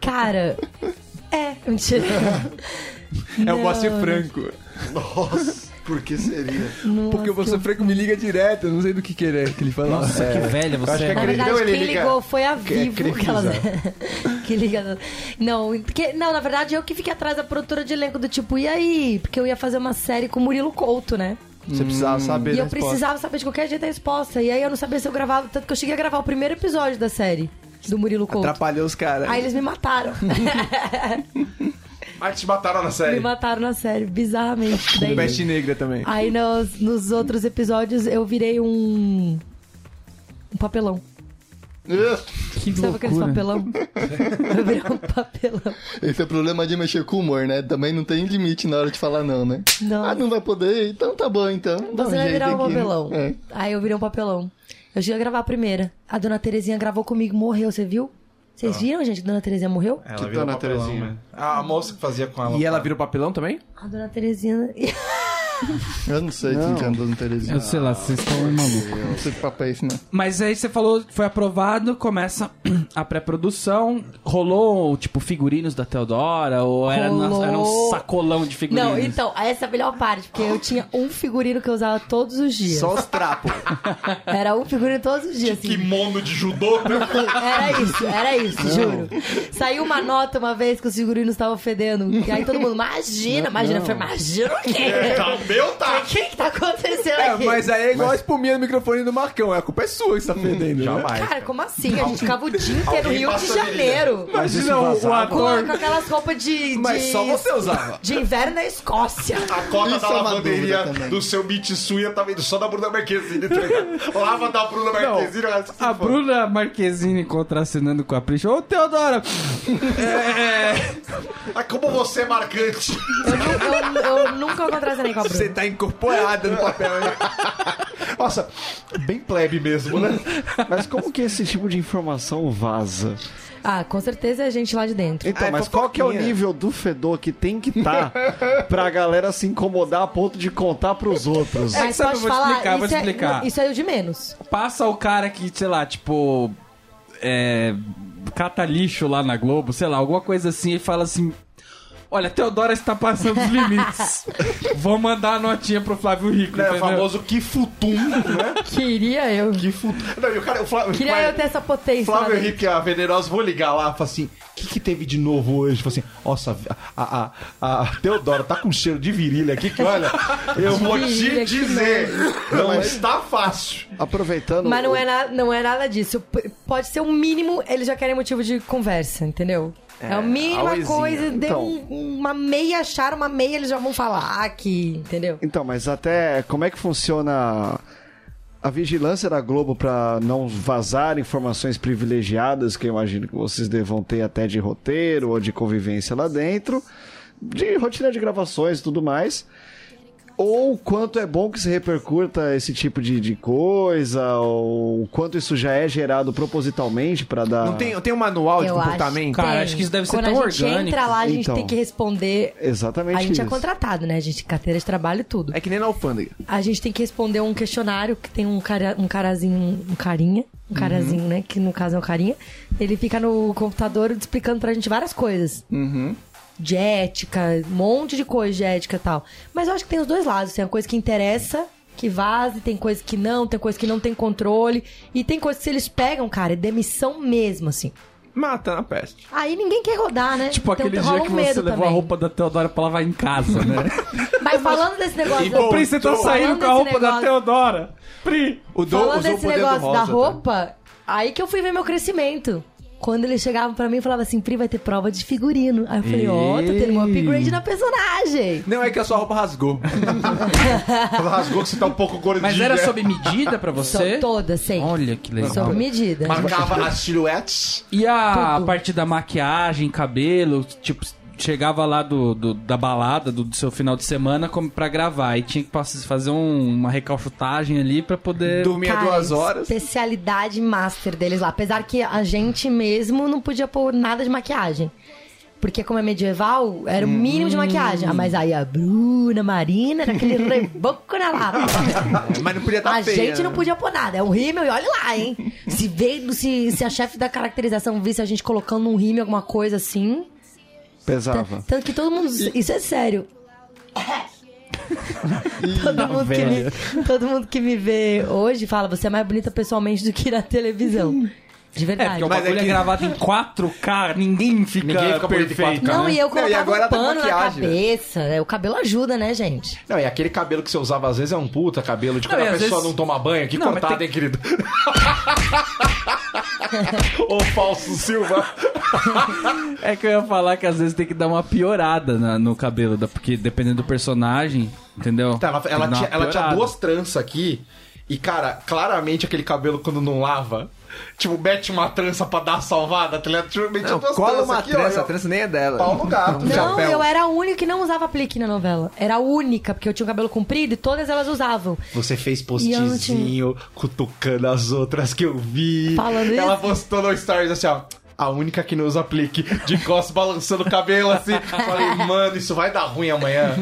S5: Cara. É, mentira.
S4: É o
S5: Não,
S4: Moacir Franco.
S2: Nossa, por que seria?
S5: não-
S7: Porque o professor Franco me liga direto, eu não sei do que querer que ele fala.
S1: Nossa, que velha você é.
S5: Na verdade,
S3: Não, ele
S5: quem
S3: liga-
S5: ligou foi a
S3: é
S5: Vivo.
S3: Crefisa.
S5: aquelas- que liga. Não, porque, não, na verdade, eu que fiquei atrás da produtora de elenco do tipo, e aí? Porque eu ia fazer uma série com o Murilo Couto, né?
S7: Você precisava saber né?
S5: E eu precisava saber de qualquer jeito a resposta. E aí eu não sabia se eu gravava, tanto que eu cheguei a gravar o primeiro episódio da série do Murilo Couto.
S7: Atrapalhou os caras.
S5: Aí eles me mataram.
S3: Mas te mataram na
S5: me
S3: série.
S5: mataram na série, bizarramente. Daí-
S7: Peste negra também.
S5: Aí nos, nos outros episódios eu virei um. Um papelão.
S1: Que
S5: Sabe aqueles
S1: loucura.
S5: papelão? Eu virei um papelão.
S2: Esse é o problema de mexer com o humor, né? Também não tem limite na hora de falar não, né?
S5: Não.
S2: Ah, não vai poder? Então tá bom, então. Dá
S5: Você
S2: um
S5: vai
S2: jeito
S5: virar um
S2: aqui.
S5: papelão.
S2: É.
S5: Aí eu virei um papelão. Eu cheguei a gravar a primeira. A dona Terezinha gravou comigo, morreu, você viu?
S2: Ah.
S5: Vocês viram, gente, que a dona Terezinha morreu?
S2: É.
S3: Ela
S6: dona Terezinha?
S3: né? Ah, A moça que fazia com ela.
S7: E ela virou papelão também?
S5: A dona Terezinha.
S2: Eu não sei, desencantou no Terezinha.
S1: Eu sei lá, vocês estão malucos.
S2: Não sei que papo é esse, não.
S1: Mas aí você falou, foi aprovado, começa a pré-produção. Rolou, tipo, figurinos da Teodora? Ou era,
S5: Rolou.
S1: era um sacolão de figurinos?
S5: Não, então, essa é a melhor parte, porque eu tinha um figurino que eu usava todos os dias.
S6: Só os trapos.
S5: Era um figurino todos os dias, assim.
S3: Kimono de judô. tá?
S5: Era isso, era isso, juro. Saiu uma nota uma vez que os figurinos estavam fedendo. E aí todo mundo, imagina, imagina. Eu falei, imagina o
S2: É.
S5: quê?
S3: tá, o meu tá.
S5: O É. que que tá acontecendo
S7: É,
S5: aqui?
S7: mas aí é igual espumia no microfone do Marcão. A culpa é sua que você tá perdendo. Né?
S3: Jamais.
S5: Cara, como assim? A gente ficava o dia inteiro no
S3: Alguém
S5: Rio de
S3: passou de
S5: Janeiro.
S7: Imagina o, o
S5: Com, com aquelas roupas de,
S7: Mas
S5: de-
S7: É só você usava.
S5: de inverno na Escócia.
S3: A cota
S2: Isso
S3: da
S2: é uma
S3: lavanderia
S2: dúvida também.
S3: do seu Mitsuya tá vendo só da Bruna Marquezine, tá ligado? Lava da Bruna Marquezine. ela se
S1: A
S3: for.
S1: Bruna Marquezine contracenando com a Prisha. Ô, Teodora!
S3: Ah, como você é marcante.
S5: Eu, nu- eu- eu nunca contracenei com a Bruna.
S7: Você tá incorporada
S5: É.
S7: no papel, né?
S3: Nossa, bem plebe mesmo, né?
S6: Mas como que esse tipo de informação vaza?
S5: Ah, com certeza é gente lá de dentro.
S6: Então,
S7: Ah, é
S6: mas qual que é o
S7: fofoquinha.
S6: nível do fedor que tem que estar tá pra galera se incomodar a ponto de contar pros outros?
S7: Então,
S1: É,
S5: Mas
S1: sabe,
S5: pode
S1: eu vou te
S5: falar,
S1: explicar, vou
S5: isso
S1: te explicar.
S5: É, isso é o de menos.
S1: Passa o cara que, sei lá, tipo. É. Cata lixo lá na Globo, sei lá, alguma coisa assim, e fala assim. Olha, Teodora está passando os limites. Vou mandar a notinha pro Flávio Rico.
S3: né? O
S1: entendeu?
S3: famoso que futum, né?
S5: Queria eu.
S3: Que futum. Não, e o cara, o Flávio,
S5: Queria
S3: mas-
S5: eu ter essa potência. lá
S3: Flávio
S5: dentro.
S3: Henrique, a Venerosa, vou ligar lá, fala assim, o que, que teve de novo hoje? Fala assim, nossa, a, a, a Teodora tá com cheiro de virilha aqui, que olha, eu vou
S5: Virilha,
S3: te
S5: que
S3: dizer, não está fácil.
S6: Aproveitando.
S5: Mas não
S6: o-
S5: é, na- não é nada disso. P- Pode ser o mínimo, eles já querem motivo de conversa, entendeu? É, a mínima
S6: auezinha.
S5: coisa, deu
S6: Então.
S5: um- uma meia, acharam uma meia, eles já vão falar aqui, entendeu?
S6: Então, mas até como é que funciona a vigilância da Globo pra não vazar informações privilegiadas que eu imagino que vocês devam ter até de roteiro ou de convivência lá dentro, de rotina de gravações e tudo mais. Ou quanto é bom que se repercuta esse tipo de, de coisa, ou quanto isso já é gerado propositalmente pra dar.
S7: Não tem, tem um manual de
S5: Eu
S7: comportamento?
S1: Cara,
S5: tem.
S1: acho que isso deve ser
S5: Quando
S1: tão
S5: a gente
S1: orgânico.
S5: entra lá, a gente
S6: Então.
S5: tem que responder.
S6: Exatamente
S5: A gente é
S6: isso.
S5: contratado, né? A gente carteira de trabalho e tudo.
S7: É que nem na alfândega.
S5: A gente tem que responder um questionário que tem um, cara, um carazinho, um carinha, um carazinho,
S1: Uhum.
S5: né? Que no caso é um carinha. Ele fica no computador explicando pra gente várias coisas.
S1: Uhum.
S5: De ética, um monte de coisa de ética e tal. Mas eu acho que tem os dois lados. Tem a coisa que interessa, que vaza, e tem coisa que não, tem coisa que não tem controle. E tem coisa que se eles pegam, cara, é demissão mesmo, assim.
S7: Mata na peste.
S5: Aí ninguém quer rodar, né?
S1: Tipo aquele dia que você levou a roupa da Teodora pra lavar em casa, né?
S5: Mas falando desse negócio...
S1: Ô, Pri, você tá
S5: Falando
S1: saindo com a
S5: desse
S1: roupa da
S5: negócio-
S1: Teodora. Pri!
S7: O do,
S5: Falando
S7: usou o
S5: desse
S7: poder do
S5: negócio
S7: rosa,
S5: da
S7: tá?
S5: roupa, aí que eu fui ver meu crescimento. Quando ele chegava pra mim e falava assim, Pri, vai ter prova de figurino. Aí eu falei, ó, tá tendo um upgrade na personagem.
S4: Não, é que a sua roupa rasgou.
S3: Ela rasgou que você tá um pouco gordinho.
S1: Mas era sob medida pra você?
S5: São todas, sempre.
S1: Olha que legal.
S5: Sob medida.
S4: Marcava as silhuetes.
S1: E a
S5: Tudo.
S1: parte da maquiagem, cabelo, tipo, chegava lá do, do- da balada, do, do seu final de semana como pra gravar. E tinha que pass- fazer um- uma recalchutagem ali pra poder.
S4: Dormia
S5: Cara,
S4: duas horas.
S5: Especialidade master deles lá. Apesar que a gente mesmo não podia pôr nada de maquiagem. Porque como é medieval, era o mínimo
S7: Hum.
S5: de maquiagem. Ah, mas aí a Bruna, a Marina, era aquele reboco na lava.
S4: Mas não podia
S7: tá
S4: estar
S5: É. A
S4: feia.
S5: gente não
S4: né?
S5: podia pôr nada. É um rímel e olha lá, hein? Se veio, se, se a chefe da caracterização visse a gente colocando um rímel, alguma coisa assim.
S6: Pesava.
S5: Tanto que todo mundo. Isso é sério. todo, mundo que me, todo mundo que me vê hoje fala: você é mais bonita pessoalmente do que na televisão. De
S1: É,
S5: verdade.
S1: porque o
S4: Mas é
S1: bagulho é,
S4: que-
S1: gravado em 4K, ninguém fica,
S4: Ninguém fica bonito em
S1: perfeito.
S4: 4K.
S5: não, e eu
S4: né? Não, e
S5: colocava
S4: agora
S5: um
S4: tá com
S5: pano na
S4: maquiagem, né?
S5: cabeça. né? O cabelo ajuda, né, gente?
S4: Não, e aquele cabelo que você usava às vezes é um puta cabelo. de
S1: Não,
S4: quando
S1: e
S4: a
S1: às
S4: pessoa não
S1: vezes-
S4: toma banho. é Que
S1: Não, mas
S4: contado,
S1: tem-
S4: hein, querido? Ô, falso Silva.
S1: É que eu ia falar que às vezes tem que dar uma piorada na- no cabelo, da- porque dependendo do personagem, entendeu?
S4: Tá, ela,
S1: Tem
S4: ela
S1: que dar
S4: tinha,
S1: uma
S4: ela tinha
S1: piorada.
S4: duas tranças aqui. E, cara, claramente aquele cabelo quando não lava. Tipo, mete uma trança pra dar a salvada, tá ligado? Tipo, metia
S2: Não,
S4: duas
S2: cola
S4: tranças
S2: uma
S4: aqui,
S2: trança,
S4: ó,
S2: a
S4: trança
S2: nem é dela.
S4: pau no gato.
S5: Não,
S4: chapéu.
S5: eu era a única que não usava aplique na novela. Era a única, porque eu tinha o cabelo comprido e todas elas usavam.
S4: Você fez
S5: E eu
S4: postzinho, cutucando as outras que eu vi.
S5: Falando
S4: Ela
S5: isso?
S4: postou no stories assim, ó. A única que não usa aplique, de costas balançando o cabelo assim. Falei, mano, isso vai dar ruim amanhã.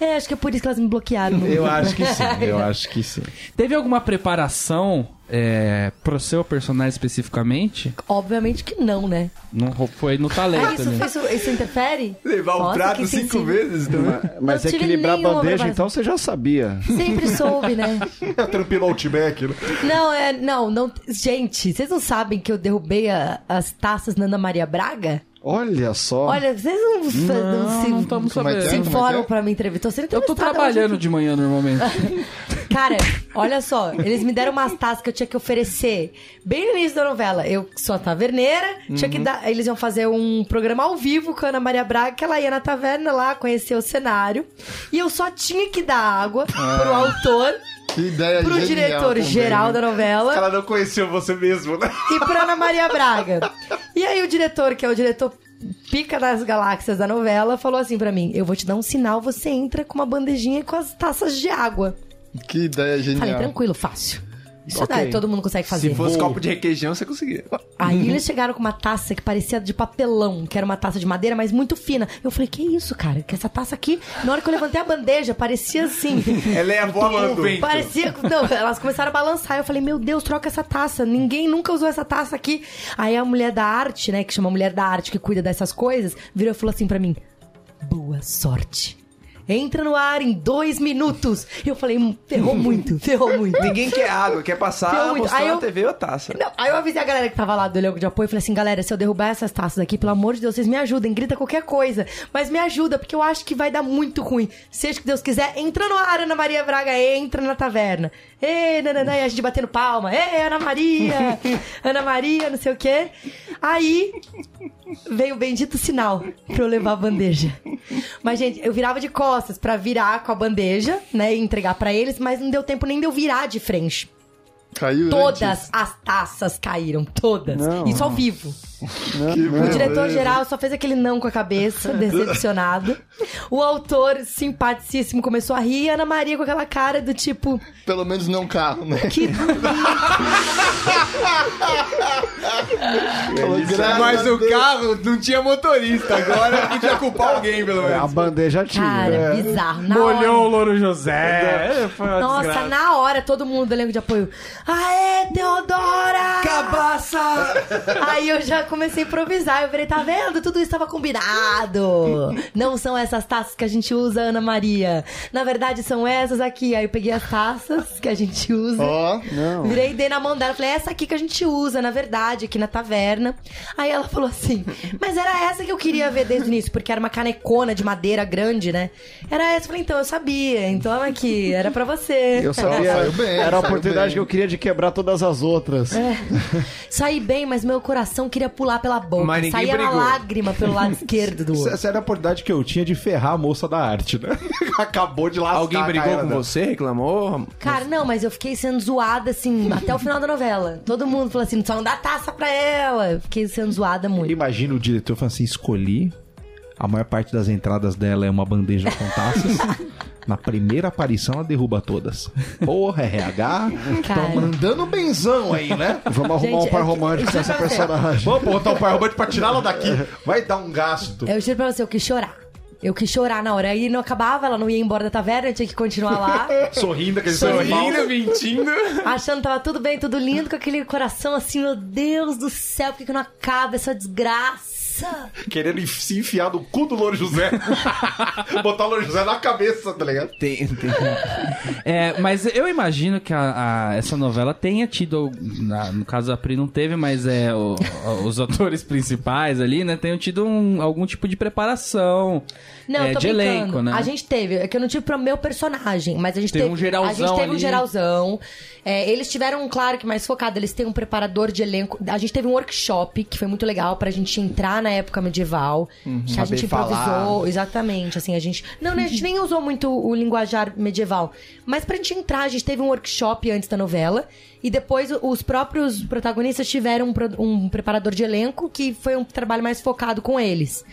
S5: É, acho que é por isso que elas me bloquearam.
S4: Eu acho que sim, eu acho que sim.
S1: Teve alguma preparação é, pro seu personagem especificamente?
S5: Obviamente que não, né?
S1: Não ro- foi no
S5: Ah,
S1: talento,
S5: isso,
S1: né?
S5: isso, isso interfere?
S2: Levar o
S5: Nossa,
S2: prato
S5: que
S2: cinco
S5: sensível.
S2: vezes também.
S6: Ah, Mas
S5: Não tive
S6: equilibrar a
S5: nenhuma
S6: bandeja,
S5: preparação.
S6: então você já sabia.
S5: Sempre soube, né?
S4: Eu trampei no Outback, né?
S5: Não, é. Não, não. Gente, vocês não sabem que eu derrubei a- as taças na Ana Maria Braga?
S6: Olha só.
S5: Olha, vocês não, não se,
S1: Não, não estamos
S2: Como é que é?
S1: sabendo.
S2: Como
S5: se informam
S2: é?
S5: pra me entrevistar. Você não
S1: Eu tô
S5: entrevistada
S1: trabalhando
S5: hoje.
S1: de manhã normalmente.
S5: Cara, olha só, eles me deram umas taças que eu tinha que oferecer bem no início da novela. Eu que sou a taverneira, tinha
S2: Uhum.
S5: que dar. Eles iam fazer um programa ao vivo com a Ana Maria Braga, que ela ia na taverna lá conhecer o cenário. E eu só tinha que dar água pro autor,
S2: Que ideia
S5: pro
S2: Ah. É genial
S5: diretor
S2: também,
S5: geral da
S2: né?
S5: novela
S4: Ela não conheceu você mesmo, né?
S5: e pra Ana Maria Braga. E aí o diretor, que é o diretor pica das galáxias da novela, falou assim pra mim: "Eu vou te dar um sinal, você entra com uma bandejinha e com as taças de água".
S2: Que ideia
S5: Falei:
S2: genial.
S5: "Tranquilo, fácil". Isso daí todo mundo consegue fazer.
S4: Se fosse-
S2: Bom,
S4: copo
S2: de requeijão, você conseguia.
S5: Aí eles chegaram com uma taça que parecia de papelão, que era uma taça de madeira, mas muito fina. Eu falei, que isso, cara? Que essa taça aqui, na hora que eu levantei a bandeja, parecia assim.
S4: Ela é a boa mando.
S5: Parecia. Não, elas começaram a balançar. Eu falei, meu Deus, troca essa taça. Ninguém nunca usou essa taça aqui. Aí a mulher da arte, né, que chama mulher da arte, que cuida dessas coisas, virou e falou assim pra mim: boa sorte. Entra no ar em dois minutos. Eu falei, "Hum, ferrou muito, ferrou muito.
S2: Ninguém quer água, quer
S5: Ferrou
S2: passar,
S5: muito. mostrar Aí na eu- TV
S2: ou taça.
S5: Não, aí eu avisei a galera que tava lá do elenco de apoio, falei assim, galera, se eu derrubar essas taças aqui, pelo amor de Deus, vocês me ajudem, grita qualquer coisa, mas me ajuda, porque eu acho que vai dar muito ruim. Seja o que Deus quiser, entra no ar, Ana Maria Braga, entra na taverna. Ei, nananã, e a gente batendo palma. Ei, Ana Maria, Ana Maria, não sei o quê. Aí, veio o bendito sinal pra eu levar a bandeja. Mas, gente, eu virava de costas pra virar com a bandeja, né, e entregar pra eles, mas não deu tempo nem de eu virar de frente.
S2: Caiu antes.
S5: Todas as taças caíram, todas. Isso ao vivo. o diretor-geral só fez aquele não com a cabeça, decepcionado. O autor, simpaticíssimo, começou a rir. E a Ana Maria com aquela cara do tipo...
S2: Pelo menos não carro, né?
S5: Que...
S2: Falou, graças
S4: Mas
S2: a
S4: o
S2: Deus.
S4: carro não tinha motorista. Agora podia culpar alguém, pelo menos.
S6: A bandeja tinha. né?
S5: Cara,
S6: É.
S5: bizarro. Na hora.
S1: Molhou o Louro José. É, Foi uma
S5: Nossa,
S1: desgraça.
S5: na hora, todo mundo do elenco de apoio. Aê, Teodora!
S1: Cabaça!
S5: Aí eu já comecei a improvisar. Eu falei, tá vendo? Tudo isso tava combinado. Não são essas taças que a gente usa, Ana Maria. Na verdade, são essas aqui. Aí eu peguei as taças que a gente usa.
S2: Ó,
S5: Virei e dei na mão dela. Falei, "É essa aqui que a gente usa, na verdade, aqui na taverna. Aí ela falou assim, mas era essa que eu queria ver desde o início, porque era uma canecona de madeira grande, né? Era essa. Eu falei, então, eu sabia. Então, aqui, era pra você.
S6: Eu sabia.
S2: saiu bem,
S6: era a
S2: saiu
S6: oportunidade
S2: bem.
S6: que eu queria de quebrar todas as outras.
S5: saí bem, mas meu coração queria pular pela boca.
S7: Mas ninguém
S5: Saía uma
S7: brigou.
S5: lágrima pelo lado esquerdo do olho.
S3: Essa era a oportunidade que eu tinha de ferrar a moça da arte, né? Acabou de lascar
S4: Tá,
S7: Alguém
S3: a
S7: brigou
S3: carreira
S7: com
S3: dela.
S7: você, reclamou?
S5: Cara, não, mas eu fiquei sendo zoada, assim, até o final da novela. Todo mundo falou assim, só não dá taça pra ela. Eu fiquei sendo zoada muito.
S3: Imagina o diretor falando assim: escolhi. A maior parte das entradas dela é uma bandeja com taças. Na primeira aparição, ela derruba todas. Porra, RH.
S5: Cara.
S3: Estão mandando benzão aí, né?
S6: Vamos arrumar
S5: Gente,
S6: um par
S5: é que-
S6: romântico com essa
S5: Juro pra você.
S6: personagem.
S3: Vamos botar o pai Robert pra tirá-la daqui. Vai dar um gasto.
S5: Eu juro pra você, eu quis chorar. Eu quis chorar na hora. Aí não acabava, ela não ia embora da taverna, eu tinha que continuar lá.
S3: Sorrindo, aquele sorriso.
S7: Sorrindo, mentindo.
S5: achando que tava tudo bem, tudo lindo, com aquele coração assim, meu Deus do céu, por que, que não acaba essa desgraça?
S3: Querendo enf- se enfiar no cu do Louro José. botar o Louro José na cabeça, tá ligado?
S7: Tem, tem.
S1: É, mas eu imagino que a- a- essa novela tenha tido, na- no caso da Pri não teve, mas é o- o- os atores principais ali, né, tenham tido um- algum tipo de preparação
S5: Não,
S1: é,
S5: eu tô
S1: de
S5: brincando.
S1: elenco, né?
S5: A gente teve, é que eu não tive pro meu personagem, mas a gente
S1: Teve
S5: teve.
S1: um geralzão
S5: A gente teve
S1: ali.
S5: um geralzão. É, eles tiveram, claro que mais focado, eles têm um preparador de elenco. A gente teve um workshop que foi muito legal pra gente entrar na época medieval.
S1: Uhum.
S5: que a
S7: saber
S5: gente improvisou,
S7: falar.
S5: exatamente. Assim, a gente. Não, né, a gente nem usou muito o linguajar medieval. Mas pra gente entrar, a gente teve um workshop antes da novela. E depois os próprios protagonistas tiveram um, pro- um preparador de elenco que foi um trabalho mais focado com eles.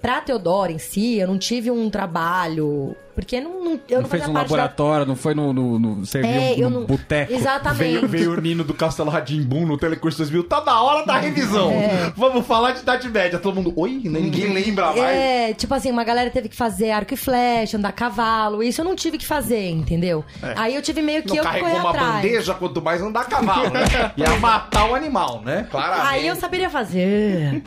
S5: Pra Teodoro em si, eu não tive um trabalho. Porque não, não- eu não,
S1: não fez
S5: fazia
S1: um
S5: parte da
S1: laboratório, não foi no, no, no serviu
S5: é, eu
S1: no
S5: não.
S1: boteco.
S5: Exatamente.
S3: um Veio, veio o Nino do Castelo Radimbum no Telecurso 2000. Tá na hora da revisão.
S5: É.
S3: Vamos falar de Idade Média. Todo mundo, oi? né? Ninguém lembra mais.
S5: Uhum. É, tipo assim, uma galera teve que fazer arco e flecha, andar a cavalo. Isso eu não tive que fazer, entendeu? Aí eu tive meio que
S3: É. Não
S5: eu que
S3: carregou
S5: correr
S3: uma
S5: atrás.
S3: bandeja, quanto mais andar a cavalo, né? Ia matar o animal, né? Claramente.
S5: Aí eu saberia fazer.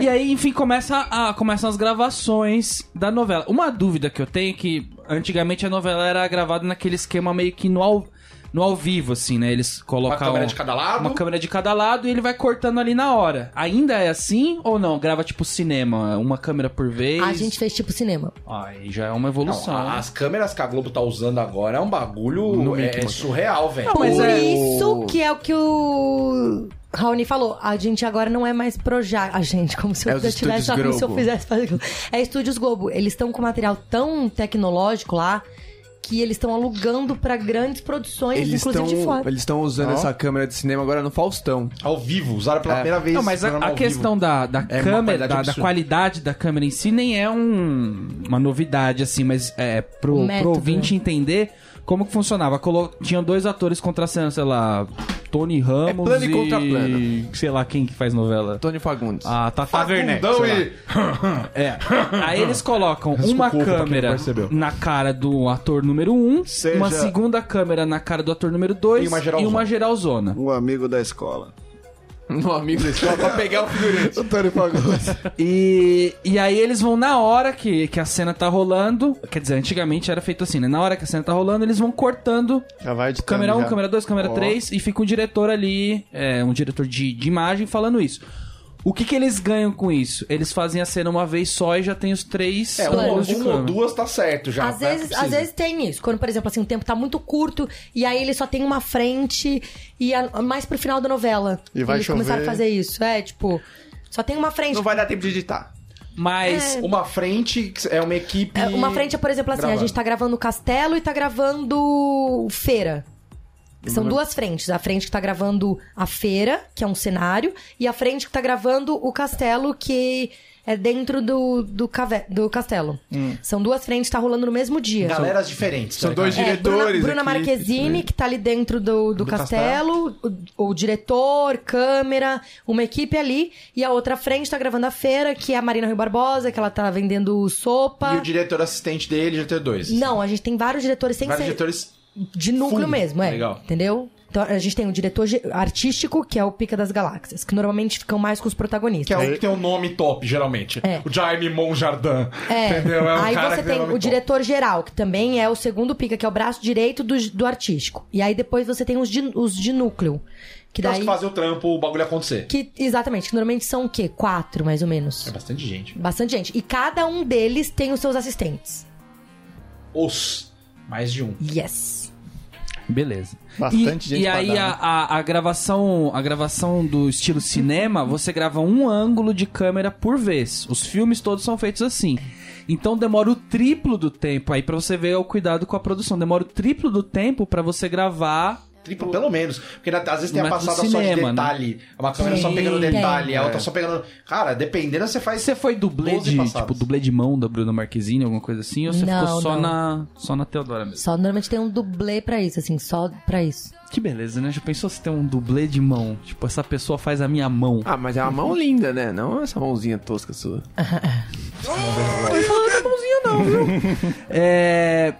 S1: E aí, enfim, começa a, começam as gravações da novela. Uma dúvida que eu tenho é que antigamente a novela era gravada naquele esquema meio que no ao, no ao vivo, assim, né? Eles colocavam.
S3: câmera de cada lado?
S1: Uma câmera de cada lado e ele vai cortando ali na hora. Ainda é assim ou não? Grava tipo cinema, uma câmera por vez.
S5: A gente fez tipo cinema.
S1: Aí já é uma
S3: Não,
S1: evolução.
S3: a-
S1: né?
S3: as câmeras que a Globo tá usando agora é um bagulho é, é surreal, velho.
S1: Não, mas
S5: Por
S1: é-
S5: isso que é o que o Raoni falou. A gente agora não é mais Projac. A gente, como se
S7: É
S5: eu
S7: os
S5: já tivesse
S7: Estúdios
S5: como se eu
S7: Globo.
S5: fizesse fazer aquilo. É Estúdios Globo. Eles estão com material tão tecnológico lá que eles estão alugando pra grandes produções,
S7: Eles
S5: inclusive
S7: estão
S5: de fora.
S7: eles estão usando essa câmera de cinema agora no Faustão.
S3: Ao vivo, usaram pela primeira vez.
S1: Não, mas a-
S3: programa
S1: a,
S3: ao
S1: questão da, da
S7: É uma
S1: câmera,
S7: qualidade
S1: da, da
S7: absurda.
S1: qualidade da câmera em si, nem é um- uma novidade, assim, mas é pro,
S5: Um método,
S1: pro ouvinte
S5: né?
S1: entender como que funcionava. Colo... Tinham dois atores contracenando, sei lá, Tony Ramos
S7: plano e
S1: e...
S7: contraplano.
S1: sei lá quem que faz novela.
S7: Antônio Fagundes.
S1: A Tata Werneck,
S3: Então,
S1: sei lá.
S3: e...
S1: É. Aí eles colocam uma
S3: culpa pra quem não
S1: câmera
S3: percebeu.
S1: na cara do ator número um,
S6: Seja-
S1: uma segunda câmera na cara do ator número dois
S3: E uma
S1: e uma
S3: geralzona.
S1: geralzona.
S6: Um amigo da escola.
S7: Um amigo da escola pra pegar o figurante.
S6: Antônio Fagundes.
S1: E, e aí eles vão na hora que, que a cena tá rolando. Quer dizer, antigamente era feito assim, né? Na hora que a cena tá rolando, eles vão cortando.
S6: Já vai de
S1: Câmera 1,
S6: um,
S1: câmera 2, câmera 3, e fica um diretor ali, é, um diretor de, de imagem falando isso. O que, que eles ganham com isso? Eles fazem a cena uma vez só e já tem os três
S3: É, uma,
S1: ângulos de
S3: uma ou
S1: câmera.
S3: duas tá certo já.
S5: Às
S3: né?
S5: vezes,
S3: Precisa.
S5: às vezes tem isso. Quando, por exemplo, assim, o tempo tá muito curto e aí ele só tem uma frente e a- mais pro final da novela.
S6: E vai
S5: Eles
S6: chover.
S5: começaram a fazer isso. É, tipo, só tem uma frente.
S7: Não vai dar tempo de editar.
S1: Mas
S3: Uma frente que é uma equipe.
S5: É, Uma frente é, por exemplo, assim,
S3: Gravando.
S5: a gente tá gravando Castelo e tá gravando Feira. São duas frentes. A frente que tá gravando a feira, que é um cenário, e a frente que tá gravando o castelo, que é dentro do, do, cave- do castelo. São duas frentes que tá rolando no mesmo dia.
S3: Galeras diferentes.
S7: São
S3: tá
S7: dois
S3: ligado?
S5: É,
S7: diretores.
S5: Bruna, Bruna
S7: aqui.
S5: Marquezine, que tá ali dentro do, do, castelo, O, o diretor, câmera, uma equipe ali. E a outra frente tá gravando a feira, que é a Marina Rui Barbosa, que ela tá vendendo sopa.
S3: E o diretor assistente dele já tem dois.
S5: Não, a gente tem vários diretores sem
S3: Vários
S5: ser
S3: diretores.
S5: de núcleo
S3: Fundo.
S5: mesmo, é.
S3: Legal.
S5: Entendeu? Então a gente tem o diretor ge- artístico, que é o Pica das Galáxias, que normalmente ficam mais com os
S3: Que é
S5: protagonistas.
S3: o que tem um nome top, geralmente.
S5: É.
S3: O Jaime Monjardin. Entendeu? É um
S5: aí
S3: cara
S5: você
S3: que
S5: tem
S3: nome
S5: o
S3: top.
S5: diretor geral, que também é o segundo pica, que é o braço direito do, do artístico. E aí depois você tem os de, os de núcleo. Que
S3: Tem Então os
S5: daí.
S3: que fazem o trampo, o bagulho acontecer.
S5: Que, exatamente, que normalmente são o quê? Quatro, mais ou menos.
S3: É bastante gente.
S5: Bastante gente. E cada um deles tem os seus assistentes.
S3: Os. Mais de um.
S5: Yes.
S1: Beleza.
S2: Bastante
S1: e,
S2: gente né?
S1: E aí a,
S2: pagava.
S1: a, a gravação a gravação do estilo cinema, você grava um ângulo de câmera por vez. Os filmes todos são feitos assim. Então demora o triplo do tempo aí pra você ver o cuidado com a produção. Demora o triplo do tempo pra você gravar.
S3: Triplo, Tipo, pelo menos. Porque na- às vezes tem a
S1: Mas do
S3: passada só de
S1: cinema, né? É.
S3: detalhe. Uma câmera só
S5: Sim,
S3: pegando
S5: tem.
S3: detalhe, a outra só pegando. Cara, dependendo, você faz.
S1: Você foi dublê
S3: 12
S1: de,
S3: passadas.
S1: tipo, dublê de mão da Bruna Marquezine, alguma coisa assim, ou você
S5: Não,
S1: ficou só
S5: não.
S1: na só na Teodora mesmo?
S5: Só normalmente tem um dublê pra isso, assim, só pra isso.
S1: Que beleza, né? Já pensou se tem um dublê de mão? Tipo, essa pessoa faz a minha mão.
S7: Ah, mas é uma mão linda, né? Não essa mãozinha tosca sua.
S1: É...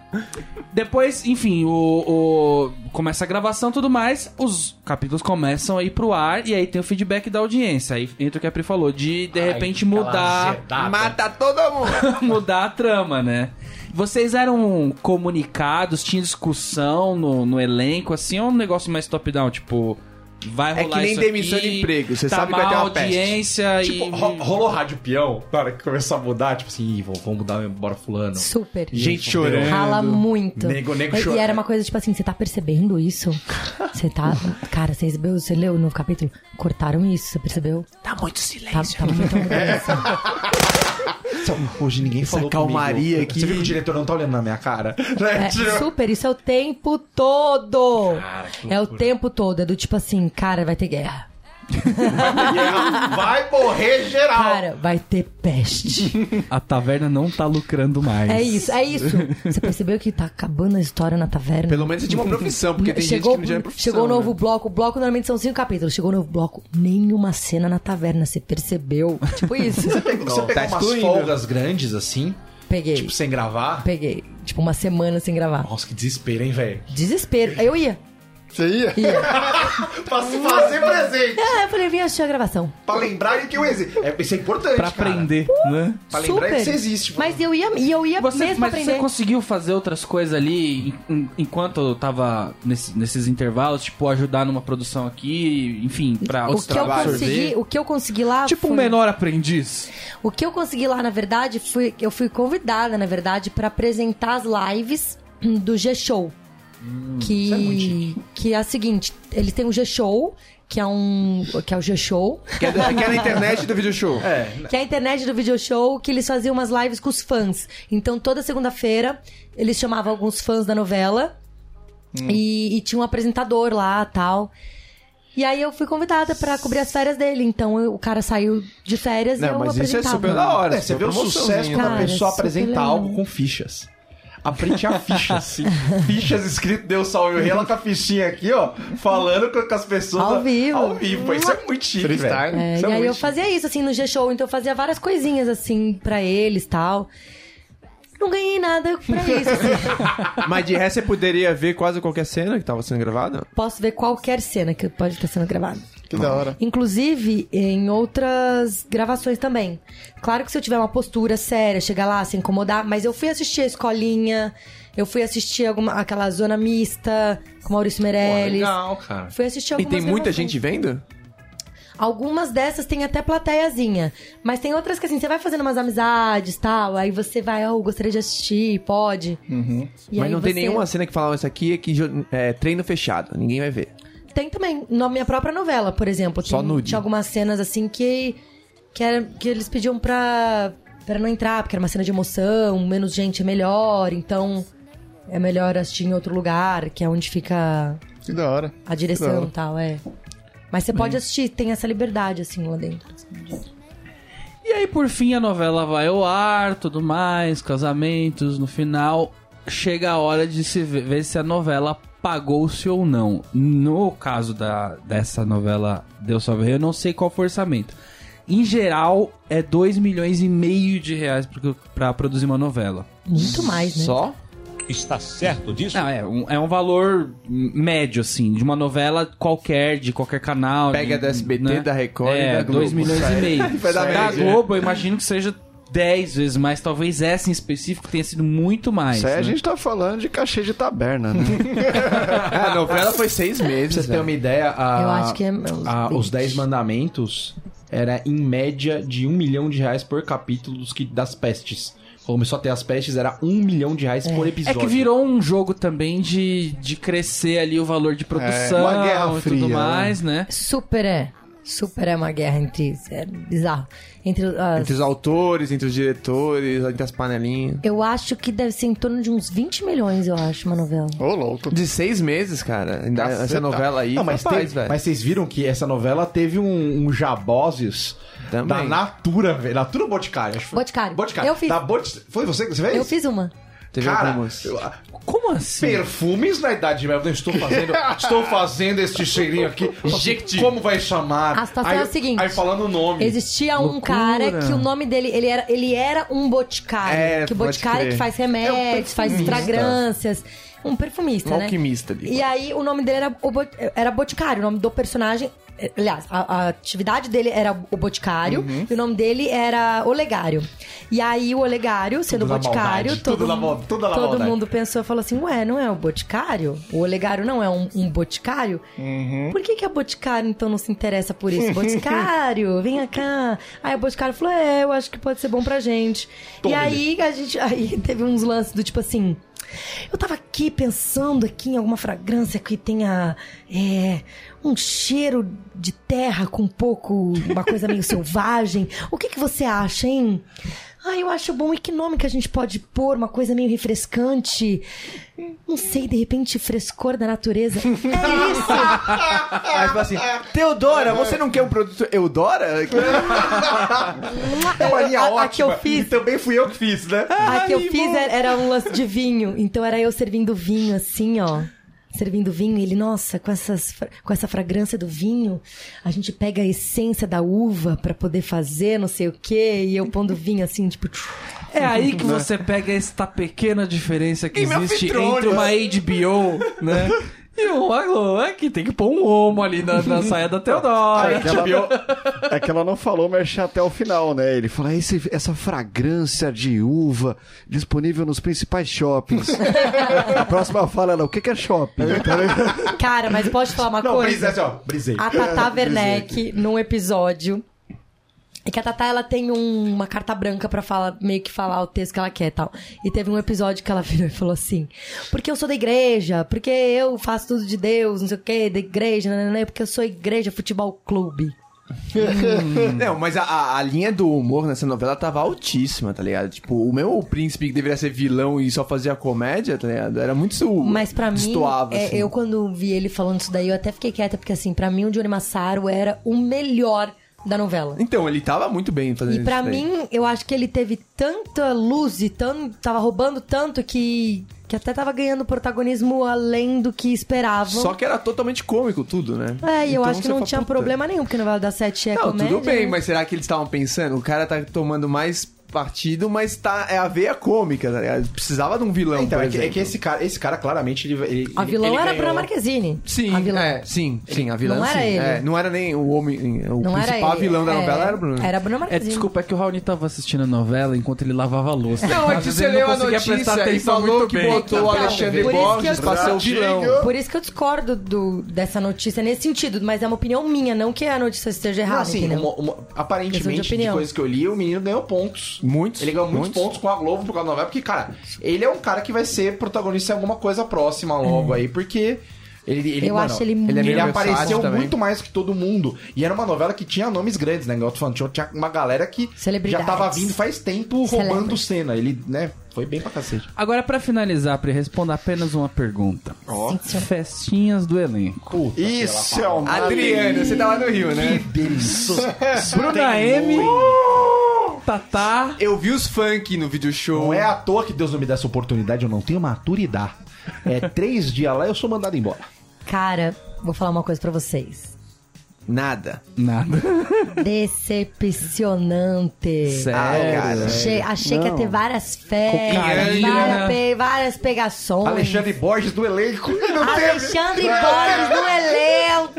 S1: Depois, enfim, o, o- começa a gravação e tudo mais, os capítulos começam a ir pro ar e aí tem o feedback da audiência. Aí entra o que a Pri falou, de de repente mudar,
S7: Ah, Mata todo mundo!
S1: mudar a trama, né? Vocês eram comunicados, tinha discussão no, no elenco, assim, ou um negócio mais top-down, tipo... Vai
S7: É
S1: rolar
S7: que nem
S1: isso
S7: demissão
S1: aqui,
S7: de emprego, você
S1: tá
S7: sabe que vai ter
S1: mal
S7: uma
S1: a
S7: peste.
S1: audiência
S3: Tipo,
S1: e...
S3: ro- rolou rádio peão. Na hora que começou a mudar, tipo assim, "Ih, vamos vamos mudar, embora fulano.
S5: Super.
S3: Gente chorando.
S5: Rala muito.
S3: Nego- nego
S5: e,
S3: chora.
S5: e era uma coisa tipo assim, você tá percebendo isso? Você tá. Cara, você recebeu, você leu o novo capítulo? Cortaram isso, você percebeu? Tá muito silêncio. Tá, muito silêncio.
S3: Então, Hoje ninguém
S7: Essa
S3: falou
S7: calmaria
S3: comigo.
S7: aqui.
S3: Você viu que o diretor não tá olhando na minha cara? Né? Tipo,
S5: É, super, isso é o tempo todo. é o tempo todo. É do tipo assim, cara, vai ter guerra.
S3: Vai morrer geral.
S5: Cara, vai ter peste.
S1: A taverna não tá lucrando mais.
S5: É isso, é isso. Você percebeu que tá acabando a história na taverna?
S7: Pelo menos você tinha uma profissão, porque tem
S5: chegou,
S7: gente que não tinha profissão.
S5: Chegou o novo
S7: né?
S5: bloco. O bloco normalmente são cinco capítulos. Chegou o novo bloco. Nenhuma cena na taverna, você percebeu? Tipo isso.
S3: Você
S6: tá
S3: pegou
S1: tá
S3: umas folgas grandes assim,
S5: Peguei.
S3: tipo, sem gravar.
S5: Peguei. Tipo, uma semana sem gravar.
S3: Nossa, que desespero, hein, velho?
S5: Desespero. Aí eu ia.
S2: Você ia?
S5: Ia.
S3: Pra se fazer presente.
S5: Ah, eu falei, vim assistir a gravação.
S3: Pra lembrar de que eu existo. É, isso é importante,
S1: Pra
S3: cara.
S1: aprender, né?
S3: Pra lembrar
S5: Super.
S3: que você existe. mano.
S5: Mas eu ia, e eu ia
S1: Você,
S5: mesmo
S1: mas
S5: aprender.
S1: você conseguiu fazer outras coisas ali em- em- enquanto eu tava nesse- nesses intervalos, tipo, ajudar numa produção aqui, enfim, pra
S5: o
S1: outros
S5: que, eu
S1: trabalhos.
S5: consegui, o que eu consegui lá
S1: Tipo um
S5: foi-
S1: menor aprendiz.
S5: O que eu consegui lá, na verdade, foi eu fui convidada, na verdade, pra apresentar as lives hum, do G-Show.
S7: Hum,
S5: que, que é a seguinte, eles têm o G-Show, que é um. que é o G-Show.
S7: Que é, da- que é na internet do video show. É.
S5: Que é a internet do video show que eles faziam umas lives com os fãs. Então, toda segunda-feira, eles chamavam alguns fãs da novela
S7: Hum.
S5: e, e tinha um apresentador lá tal. E aí eu fui convidada pra cobrir as férias dele. Então eu- o cara saiu de férias e eu
S7: Não, mas isso é
S5: apresentava.
S7: super da hora.
S3: É, você
S7: super
S3: vê o
S7: promoçãozinha.
S3: sucesso quando a
S5: Cara,
S3: pessoa
S5: super
S3: apresenta
S5: legal.
S3: algo com fichas. A Pri tinha fichas. fichas escrito Deus salve o rei, ela com a fichinha aqui, ó, falando com, com as pessoas.
S5: Ao vivo. Hum.
S3: Ao vivo. Isso é muito chique, velho.
S6: Freestyle.
S5: É,
S3: Isso
S5: e aí
S3: muito
S5: eu fazia isso, assim, no G-Show. Então eu fazia várias coisinhas, assim, pra eles tal. Não ganhei nada pra isso, assim.
S7: Mas de resto você poderia ver quase qualquer cena que tava sendo gravada?
S5: Posso ver qualquer cena que pode estar sendo gravada.
S2: Que da hora.
S5: Inclusive em outras gravações também. Claro que se eu tiver uma postura séria, chegar lá, se incomodar, mas eu fui assistir a escolinha, eu fui assistir alguma, aquela zona mista com Maurício Meirelles.
S3: legal, cara.
S5: Fui assistir
S7: E
S5: algumas
S7: tem muita
S5: gravações.
S7: gente vendo?
S5: Algumas dessas tem até plateiazinha. Mas tem outras que assim, você vai fazendo umas amizades tal, aí você vai, ó, eu gostaria de assistir, pode. E
S7: Mas
S5: aí
S7: não tem
S5: você-
S7: nenhuma cena que falava isso aqui é que jo- é, treino fechado, ninguém vai ver.
S5: Tem também, na minha própria novela, por exemplo.
S7: Só
S5: tinha,
S7: nude.
S5: Tinha algumas cenas assim que. Que, era, que eles pediam pra, pra não entrar, porque era uma cena de emoção, menos gente é melhor, então é melhor assistir em outro lugar, que é onde fica
S2: Que da hora.
S5: a direção e tal, é. Mas você pode assistir, tem essa liberdade, assim, lá dentro.
S1: E aí, por fim, a novela vai ao ar, tudo mais, casamentos, no final. Chega a hora de se ver, ver se a novela pagou-se ou não. No caso da, dessa novela Deus Salve o Rei, eu não sei qual foi o orçamento. Em geral, é 2 milhões e meio de reais pro- pra produzir uma novela.
S5: Muito mais, né?
S7: Só?
S8: Está certo disso?
S1: Não, é, um, é um valor médio, assim, de uma novela qualquer, de qualquer canal.
S7: Pega
S1: de-
S7: da SBT, da Record e
S1: é,
S7: da Globo.
S1: 2 milhões e meio.
S7: Vai dar
S1: da
S7: média.
S1: Globo, eu imagino que seja 10 vezes mais. Talvez essa em específico tenha sido muito mais.
S6: Isso aí a
S1: né?
S6: gente tá falando de cachê de taberna, né?
S7: a novela foi seis
S3: Pra
S7: meses.
S3: você ter
S7: velho.
S3: uma ideia, a-
S7: Ah,
S5: Eu acho que é-
S3: a- ah, os 10 mandamentos era em média de um milhão de reais por capítulo dos que, das pestes. começou a ter as pestes, era um milhão de reais por
S1: É
S3: episódio.
S1: que virou um jogo também de, de crescer ali o valor de produção
S9: uma guerra
S1: e
S9: fria,
S1: tudo
S9: né?
S1: mais, né?
S5: Super é. Super é uma guerra entre. É bizarro. Entre ah, as-
S7: Entre os autores, entre os diretores, entre as panelinhas.
S5: Eu acho que deve ser em torno de uns 20 milhões, eu acho, uma novela.
S10: Ô, louco.
S7: De seis meses, cara. Ainda essa
S10: Caceta.
S7: novela aí.
S3: Não, mas,
S7: rapaz,
S3: teve-
S7: velho.
S3: mas vocês viram que essa novela teve um, um jaboses
S7: Também.
S3: da Natura, velho. Natura ou Boticário? Acho que foi-
S5: Boticário.
S3: Boticário.
S5: Eu fiz.
S3: Da Bot... Foi você que você fez?
S5: Eu fiz uma.
S7: Teve
S3: Cara,
S7: algumas.
S3: eu- ah,
S1: Como assim?
S3: perfumes na idade média. Eu estou fazendo, estou fazendo este cheirinho aqui. Como vai chamar?
S5: A situação
S3: Aí-
S5: é o seguinte.
S3: Aí falando o nome.
S5: Existia um cara que o nome dele, ele era, ele era um boticário.
S7: É,
S5: que o
S7: pode
S5: boticário é
S7: crer.
S5: que faz remédios, faz fragrâncias. Um perfumista,
S7: Um
S5: né?
S7: alquimista ali.
S5: E aí o nome dele era, o Bo- era Boticário, o nome do personagem. eh, Aliás, a, a atividade dele era o Boticário
S7: Uhum.
S5: e o nome dele era Olegário. E aí o Olegário, sendo
S3: Tudo na
S5: Boticário,
S3: maldade,
S5: todo,
S3: tudo na mal- tudo na
S5: todo
S3: maldade.
S5: mundo pensou e falou assim: Ué, não é o Boticário? O Olegário não é um, um Boticário?
S3: Uhum.
S5: Por que, que a Boticário então não se interessa por isso? Boticário, vem cá. Aí o Boticário falou: É, eu acho que pode ser bom pra gente. E aí a gente. Aí teve uns lances do tipo assim. Eu tava aqui pensando aqui em alguma fragrância que tenha é, um cheiro de terra com um pouco, uma coisa meio selvagem. O que, que você acha, hein? Ah, eu acho bom. E que nome que a gente pode pôr? Uma coisa meio refrescante. Não sei, de repente, frescor da natureza. É isso!
S7: Aí fala assim, Teodora, você não quer um produto Eudora?
S9: É
S5: Eu-
S7: linha
S5: a, a que eu
S9: E
S5: fiz,
S9: também fui eu que fiz, né?
S5: a que eu fiz era, era um lance de vinho. Então era eu servindo vinho assim, ó. Servindo vinho, ele, nossa, com, essas, fra- com essa fragrância do vinho, a gente pega a essência da uva pra poder fazer não sei o quê, e eu pondo vinho assim, tipo. tchum.
S1: É aí
S7: Né?
S1: que você pega esta pequena diferença que
S3: Game of
S1: existe
S3: Thrones.
S1: entre uma HBO, né? E um Aglo, é que tem que pôr um homo ali na, na saia da Teodora.
S6: É que ela não- é que ela não falou, mas achei até o final, né? Ele fala, "Esse- essa fragrância de uva disponível nos principais shoppings. A próxima fala, ela, o que que é shopping?
S5: Cara, mas pode falar uma
S3: Não,
S5: coisa?
S9: é
S3: brisei, assim, ó. Brisei.
S5: A Tata Werneck, num episódio. É que a Tata, ela tem um- uma carta branca pra falar, meio que falar o texto que ela quer e tal. E teve um episódio que ela virou e falou assim: Porque eu sou da igreja, porque eu faço tudo de Deus, não sei o quê, da igreja, nananã, porque eu sou igreja futebol clube. Hum.
S7: Não, mas a- a, a linha do humor nessa novela tava altíssima, tá ligado? Tipo, o meu príncipe que deveria ser vilão e só fazia comédia, tá ligado? Era muito su-
S5: Mas pra mim,
S7: destoava,
S5: é,
S7: assim.
S5: eu quando vi ele falando isso daí, eu até fiquei quieta, porque assim, pra mim o Johnny Massaro era o melhor da novela.
S7: Então, ele tava muito bem fazendo
S5: E pra
S7: isso daí.
S5: mim, eu acho que ele teve tanta luz e tan- tava roubando tanto que, que até tava ganhando protagonismo além do que esperavam.
S7: Só que era totalmente cômico tudo, né?
S5: É, e eu
S7: Então
S5: acho que
S7: você
S5: não
S7: fala,
S5: tinha
S7: puta.
S5: problema nenhum, porque novela da Sete é
S7: Não,
S5: comédia.
S7: tudo bem,
S5: né?
S7: mas será que eles estavam pensando? O cara tá tomando mais partido, mas tá, é a veia cômica, tá ligado? Precisava de um vilão,
S3: Então,
S7: por
S3: é que, é
S7: exemplo.
S3: que esse cara, esse cara claramente ele. ele
S5: A é
S3: ele-
S5: vilã
S3: ele
S5: era a
S3: ganhou-
S5: Bruna Marquezine.
S7: Sim,
S5: a vilã.
S7: é, sim, sim, a vilã
S5: Não era
S7: sim.
S5: ele.
S7: É, não era nem o homem, o
S5: Não era
S7: principal
S5: ele.
S7: vilão da
S5: é,
S7: novela era o Bruno.
S5: Era a Bruna
S1: É,
S5: Marquezine.
S1: desculpa, é que o Raoni tava assistindo a novela enquanto ele lavava a louça.
S7: Não, é
S1: Às
S7: que
S1: vezes
S7: você
S1: ele
S7: leu a
S1: conseguia prestar
S7: notícia e
S1: atenção
S7: falou
S1: muito
S7: que
S1: bem.
S7: botou o
S5: Então,
S7: Alexandre
S5: por isso que
S7: Borges
S5: eu-
S7: pra ser o vilão.
S5: Por isso que eu discordo do- dessa notícia nesse sentido, mas é uma opinião minha, não que a notícia esteja errada.
S3: Não, assim,
S5: entendeu?
S3: uma- uma- aparentemente,
S5: Questão de
S3: de,
S5: opinião.
S3: coisas que eu li, o menino ganhou pontos.
S7: Muitos,
S3: Ele ganhou muitos,
S7: muitos.
S3: pontos com a Globo por causa da novela, porque, cara, ele é um cara que vai ser protagonista em alguma coisa próxima logo aí, porque. Ele, ele,
S5: Eu acho ele
S3: ele,
S5: muito-
S7: Ele é meio
S3: apareceu
S7: versátil também.
S3: muito mais que todo mundo. E era uma novela que tinha nomes grandes, né? Gato Fantinho tinha uma galera que já
S5: Celebridades.
S3: tava vindo faz tempo roubando
S5: Celebridades.
S3: cena. Ele, né, foi bem pra cacete.
S1: Agora, pra finalizar, Pri, responda apenas uma pergunta. Festinhas do elenco.
S6: Isso é uma
S7: Adriana, você tava no Rio, né?
S1: Bruna M, Tatá,
S7: Eu vi os funk no vídeo show.
S3: Não é à toa que Deus não me dá essa oportunidade, eu não tenho maturidade. É três dias lá eu sou mandado embora.
S5: Cara, vou falar uma coisa pra vocês.
S7: Nada.
S1: nada.
S5: Decepcionante.
S7: Ah, É,
S1: Sério.
S5: Achei, achei que ia ter várias
S1: Cocaína.
S5: férias, várias, pe- várias pegações.
S3: Alexandre Borges do elenco. Não
S5: Alexandre Borges no elenco!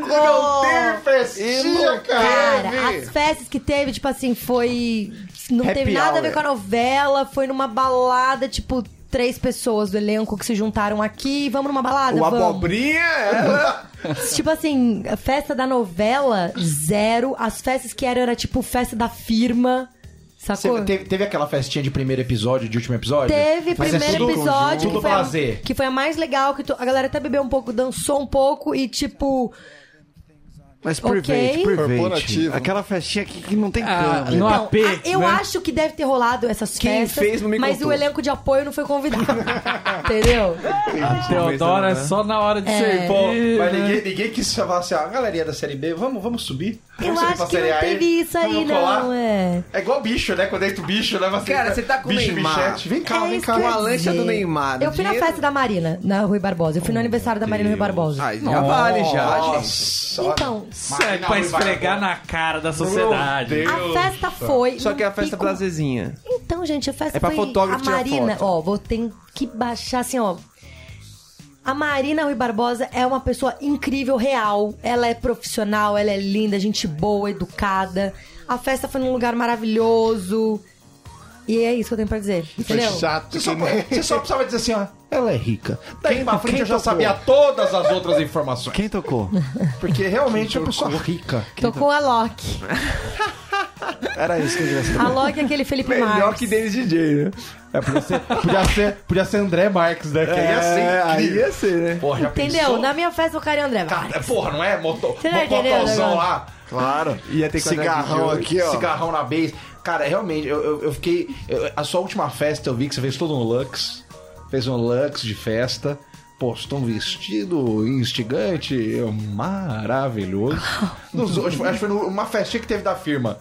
S5: Não
S3: festinha,
S5: Cara, as festas que teve, tipo assim, foi. Não
S7: Happy
S5: teve nada a ver
S7: hour.
S5: com a novela, foi numa balada, tipo, três pessoas do elenco que se juntaram aqui. Vamos numa balada?
S7: O
S5: vamos.
S7: abobrinha, ela...
S5: Tipo assim, a festa da novela, zero. As festas que eram era tipo festa da firma. Sacou?
S3: Cê- teve, teve aquela festinha de primeiro episódio, de último episódio?
S5: Teve
S3: Mas é
S5: primeiro
S3: tudo-
S5: episódio
S3: tudo
S5: que, foi a,
S3: prazer.
S5: que foi a mais legal, que to- a galera até bebeu um pouco, dançou um pouco e tipo.
S6: Mas
S5: Ok.
S6: private, private.
S2: Corporativo.
S6: Aquela festinha que, que não tem
S1: Ah,
S6: câmera.
S1: No
S5: Então,
S1: AP,
S5: a- eu
S1: né?
S5: acho que deve ter rolado essas
S7: Quem
S5: festas,
S7: fez não me
S5: mas
S7: contou.
S5: o elenco de apoio não foi convidado. entendeu?
S3: Tipo,
S7: Ah,
S1: Teodora né?
S7: né?
S1: só na hora de ser
S3: né? Pô,
S1: servir.
S3: mas ninguém, ninguém quis falar assim, a galerinha da Série B, vamos, vamos subir.
S5: Eu
S3: Vamos subir pra
S5: acho que
S3: Série
S5: não
S3: A aí,
S5: teve isso aí,
S3: vamos colar."
S5: não, é.
S3: É igual bicho, né? Quando entra o bicho, né? Você
S7: Cara, você tá com o
S3: bicho,
S7: Neymar.
S3: bichete. Vem cá,
S5: É
S3: vem
S5: isso
S3: cá.
S5: que eu ia
S7: a lancha do
S5: dizer.
S7: Neymar, do
S5: Eu fui na
S7: dinheiro.
S5: festa da Marina, na Rui Barbosa. Eu fui no aniversário da Marina Rui Barbosa.
S7: Ah, já vale, já, gente.
S3: Nossa, olha.
S5: Então,
S1: Isso é pra esfregar na cara da sociedade.
S5: a festa foi.
S7: Só que é a
S5: num
S7: festa
S5: pico-
S7: brasezinha.
S5: Então, gente, a festa
S7: É pra
S5: foi
S7: fotógrafo
S5: a
S7: tirar
S5: Marina,
S7: foto.
S5: ó, vou ter que baixar assim, ó. A Marina Rui Barbosa é uma pessoa incrível, real. Ela é profissional, ela é linda, gente boa, educada. A festa foi num lugar maravilhoso. E é isso que eu tenho pra dizer. Entendeu?
S2: chato.
S3: Você
S2: que
S3: só,
S2: nem-
S3: você só precisava dizer assim, ó, ela é rica. Daí pra frente eu já sabia todas as outras informações.
S6: Quem tocou?
S3: Porque realmente é uma pessoa rica.
S5: Tocou a Loki.
S6: Era isso que eu queria saber.
S5: A Loki é aquele Felipe
S7: Melhor
S5: Marques.
S7: que Denis DJ, né?
S3: É, podia, ser, podia, ser, podia ser André Marques, né? Que aí ia
S7: É,
S3: ser
S7: aí
S3: incrível.
S7: ia
S6: assim,
S7: ser, né?
S3: Porra, já
S5: Entendeu?
S3: pensou?
S5: Na minha festa eu quero André Marques.
S3: Cara, porra, não é? Motor,
S5: Você tá entendendo
S3: motocalzão
S5: agora?
S3: lá.
S6: Claro.
S7: Ia ter que
S6: Cigarrão
S7: fazer
S6: aqui, ó.
S3: Cigarrão na base. Cara, realmente, eu, eu, eu fiquei. eu- a sua última festa eu vi que você fez todo um lux. Fez um lux de festa. Postou um vestido instigante, maravilhoso. Nos- acho que foi numa festinha que teve da firma.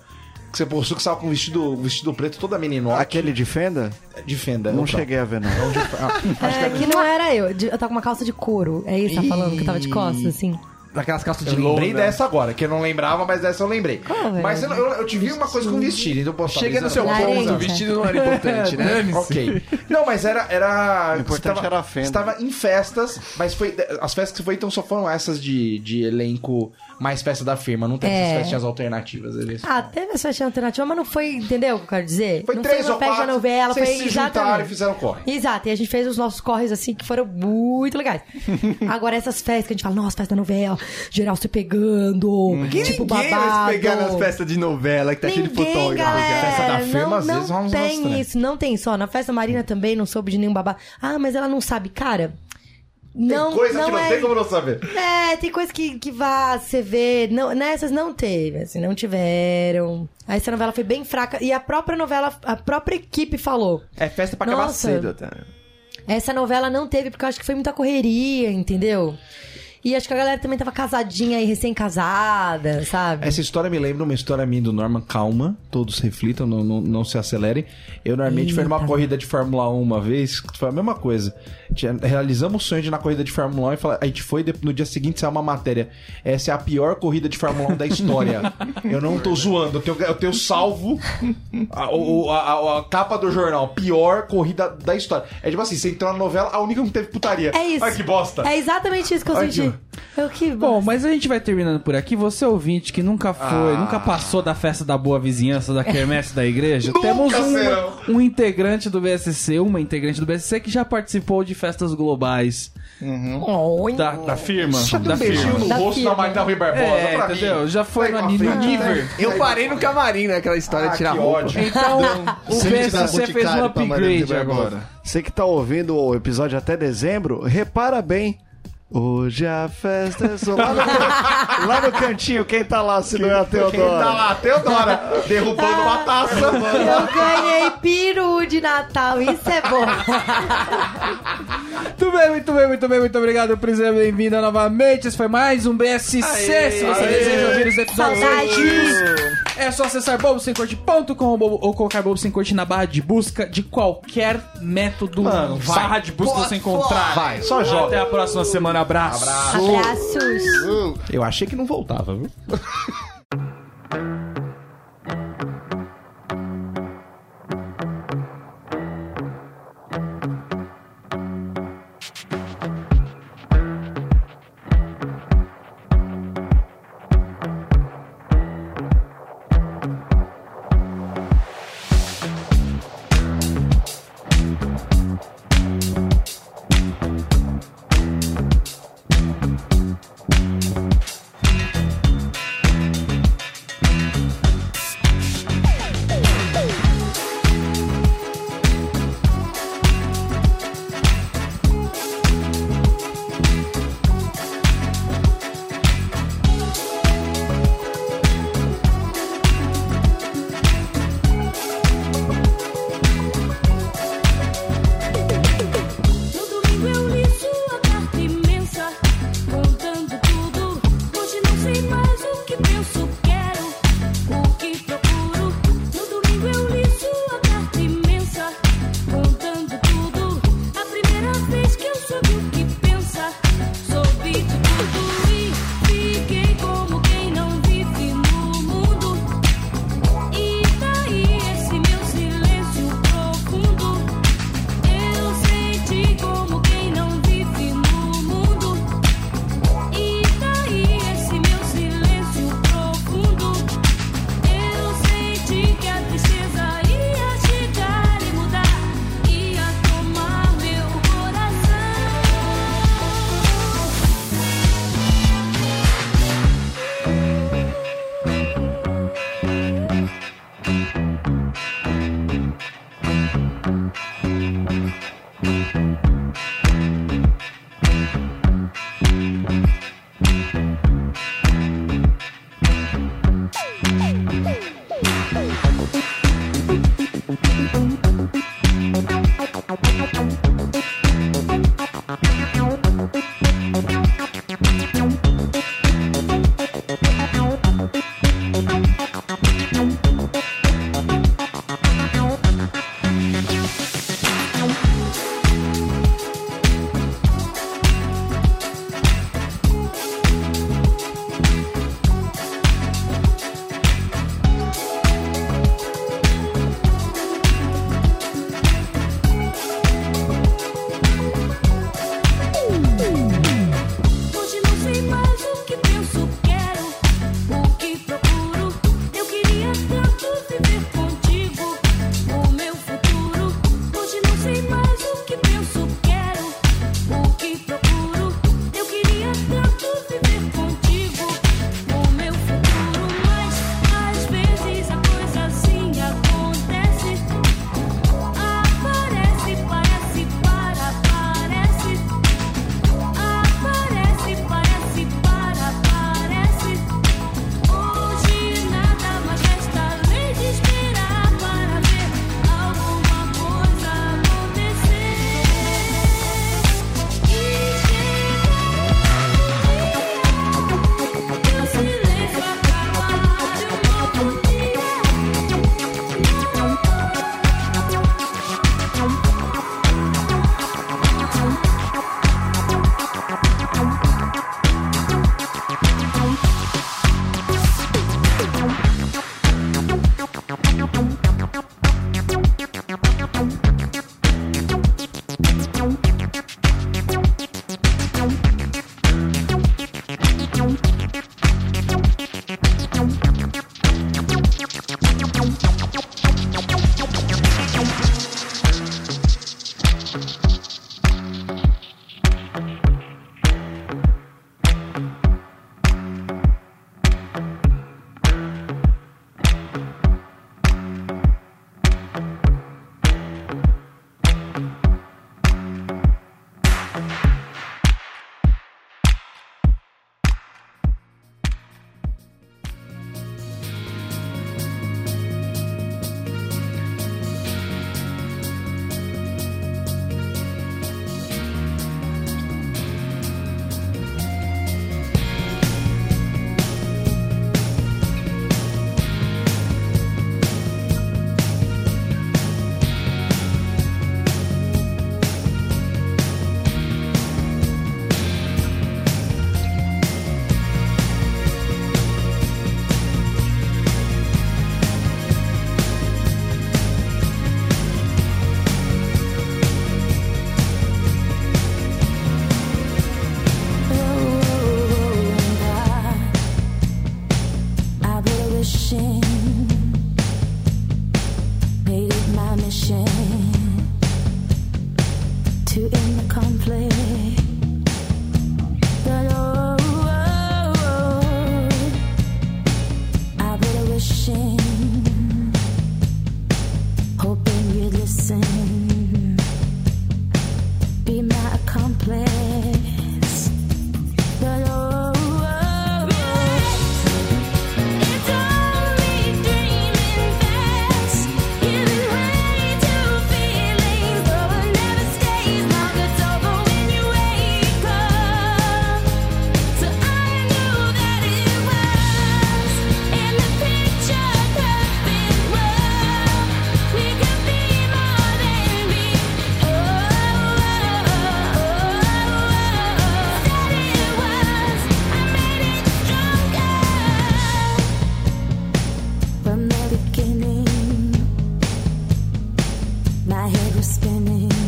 S3: Que você postou que você tava com um vestido, um vestido preto toda meninota.
S6: Aquele de fenda?
S3: De fenda.
S6: Não
S3: Opa.
S6: cheguei a ver, não.
S5: É, que não era eu. De- Eu tava com uma calça de couro. É isso que tá falando? Que eu tava de costas, assim.
S7: Daquelas calças
S3: Eu
S7: de
S3: lembrei
S7: lona.
S3: dessa agora, que eu não lembrava, mas dessa eu lembrei.
S5: Qual é?
S3: mas eu, eu, eu te vi uma coisa com vestido, então eu posso
S7: Chega no seu
S5: Laranja.
S7: ponto, o vestido não era importante, né?
S3: Ok. Não, mas era. era
S6: O importante
S3: você
S6: era a fenda.
S3: Você tava em festas, mas foi. As festas que você foi, então só foram essas de, de elenco mais festa da firma. Não tem
S5: É.
S3: essas festinhas alternativas. é eles-
S5: Ah, teve essa festinha alternativa, mas não foi, entendeu o que eu quero dizer?
S3: Foi
S5: não
S3: três
S5: foi
S3: ou
S5: uma festa
S3: quatro,
S5: novela,
S3: vocês
S5: foi
S3: se
S5: exatamente.
S3: juntaram e fizeram corre.
S5: Exato, e a gente fez os nossos corres assim, que foram muito legais. Agora, essas festas que a gente fala, nossa, festa da novela, geral se pegando,
S3: Hum.
S5: tipo
S7: Ninguém vai
S5: babado.
S7: se pegar nas festas de novela que tá cheio de
S5: Ninguém,
S7: fotógrafo.
S5: galera,
S7: cara.
S3: Festa da firma,
S5: não,
S3: às
S5: não
S3: vezes, vamos
S5: tem
S3: mostrar.
S5: isso, não tem só. Na festa
S3: Hum.
S5: Marina também não soube de nenhum babado. Ah, mas ela não sabe, cara. Não,
S3: coisa
S5: não
S3: que não
S5: é
S3: tem como não saber.
S5: É, tem coisa que, que vá, você vê. Não, nessas não teve, assim, não tiveram. Aí essa novela foi bem fraca. E a própria novela, a própria equipe falou.
S7: É festa pra acabar
S5: Nossa.
S7: cedo, tá?
S5: Essa novela não teve, porque eu acho que foi muita correria, entendeu? E acho que a galera também tava casadinha e recém-casada,
S3: É
S5: sabe?
S4: Essa história me lembra uma história minha do Norman. Calma, todos reflitam, não, não, não se acelerem. Eu normalmente foi numa corrida de Fórmula 1 uma vez, que foi a mesma coisa. Tinha- Realizamos o sonho de ir na corrida de Fórmula 1 e fala, a gente foi de- no dia seguinte saiu uma matéria. Essa é a pior corrida de Fórmula 1 da história. eu não tô zoando, eu tenho, eu tenho salvo a, o- a- a- a capa do jornal. Pior corrida da história. É tipo assim, você entrou na novela, a única que não teve putaria.
S5: É isso.
S4: Ai, que bosta.
S5: É exatamente isso que eu
S4: Ai,
S5: senti. Eu que
S1: Bom, mas a gente vai terminando por aqui. Você ouvinte que nunca foi, nunca passou da festa da boa vizinhança, da quermesse da igreja, temos
S3: serão.
S1: um, um integrante do BSC, uma integrante do BSC que já participou de festas globais
S5: Oh,
S1: da, da firma.
S3: Só tem
S1: Da
S3: um beijinho
S1: firma.
S3: no
S5: Da
S3: rosto
S5: firma.
S3: da Marina Rui Barbosa,
S1: É,
S3: pra
S1: entendeu?
S3: mim.
S1: Já foi
S3: Vai
S1: no
S3: pra
S1: nível.
S3: frente, né?
S7: Eu parei no camarim naquela história
S3: Ah,
S7: de tirar
S3: que
S7: roupa.
S3: ódio.
S1: Então, o
S2: Sente da
S1: BSC fez um
S2: Boticário pra Marina
S1: upgrade
S2: Ribeiro
S1: agora.
S6: Você que tá ouvindo o episódio até dezembro, repara bem. Hoje a festa é só lá no, can- lá no cantinho. Quem tá lá se não é a Teodora?
S3: Quem tá lá, Teodora, derrubando uma taça.
S5: Eu ganhei peru de Natal, isso é bom.
S1: Muito bem, muito bem, muito bem, muito obrigado por ser bem-vinda novamente. Esse foi mais um BSC. Se você deseja ouvir os episódios
S5: Saudades.
S1: antigos, é só acessar bobosemcorte.com ou bobo- ou colocar bobo sem corte na barra de busca de qualquer método barra de busca você encontrar. Vai, só joga. Até a próxima semana. Abraço.
S5: Abraços.
S4: Eu achei que não voltava, viu?
S11: é um é um assim um pushing. Made it my mission to end the conflict. But oh, oh, oh, I've been wishing, hoping you'd listen. Be my accomplice. But oh, oh, oh. It's only dreaming fast, giving way to feelings, though it never stays long. It's over when you wake up. So I knew that it was in the picture perfect world. We could be more than we. Oh, oh. said it was. I made it stronger. From the beginning, my head was spinning.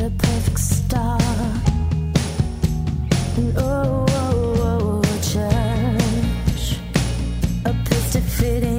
S11: The perfect star. And oh, oh, oh, church appears to fit in. Oh, oh, oh. oh, oh.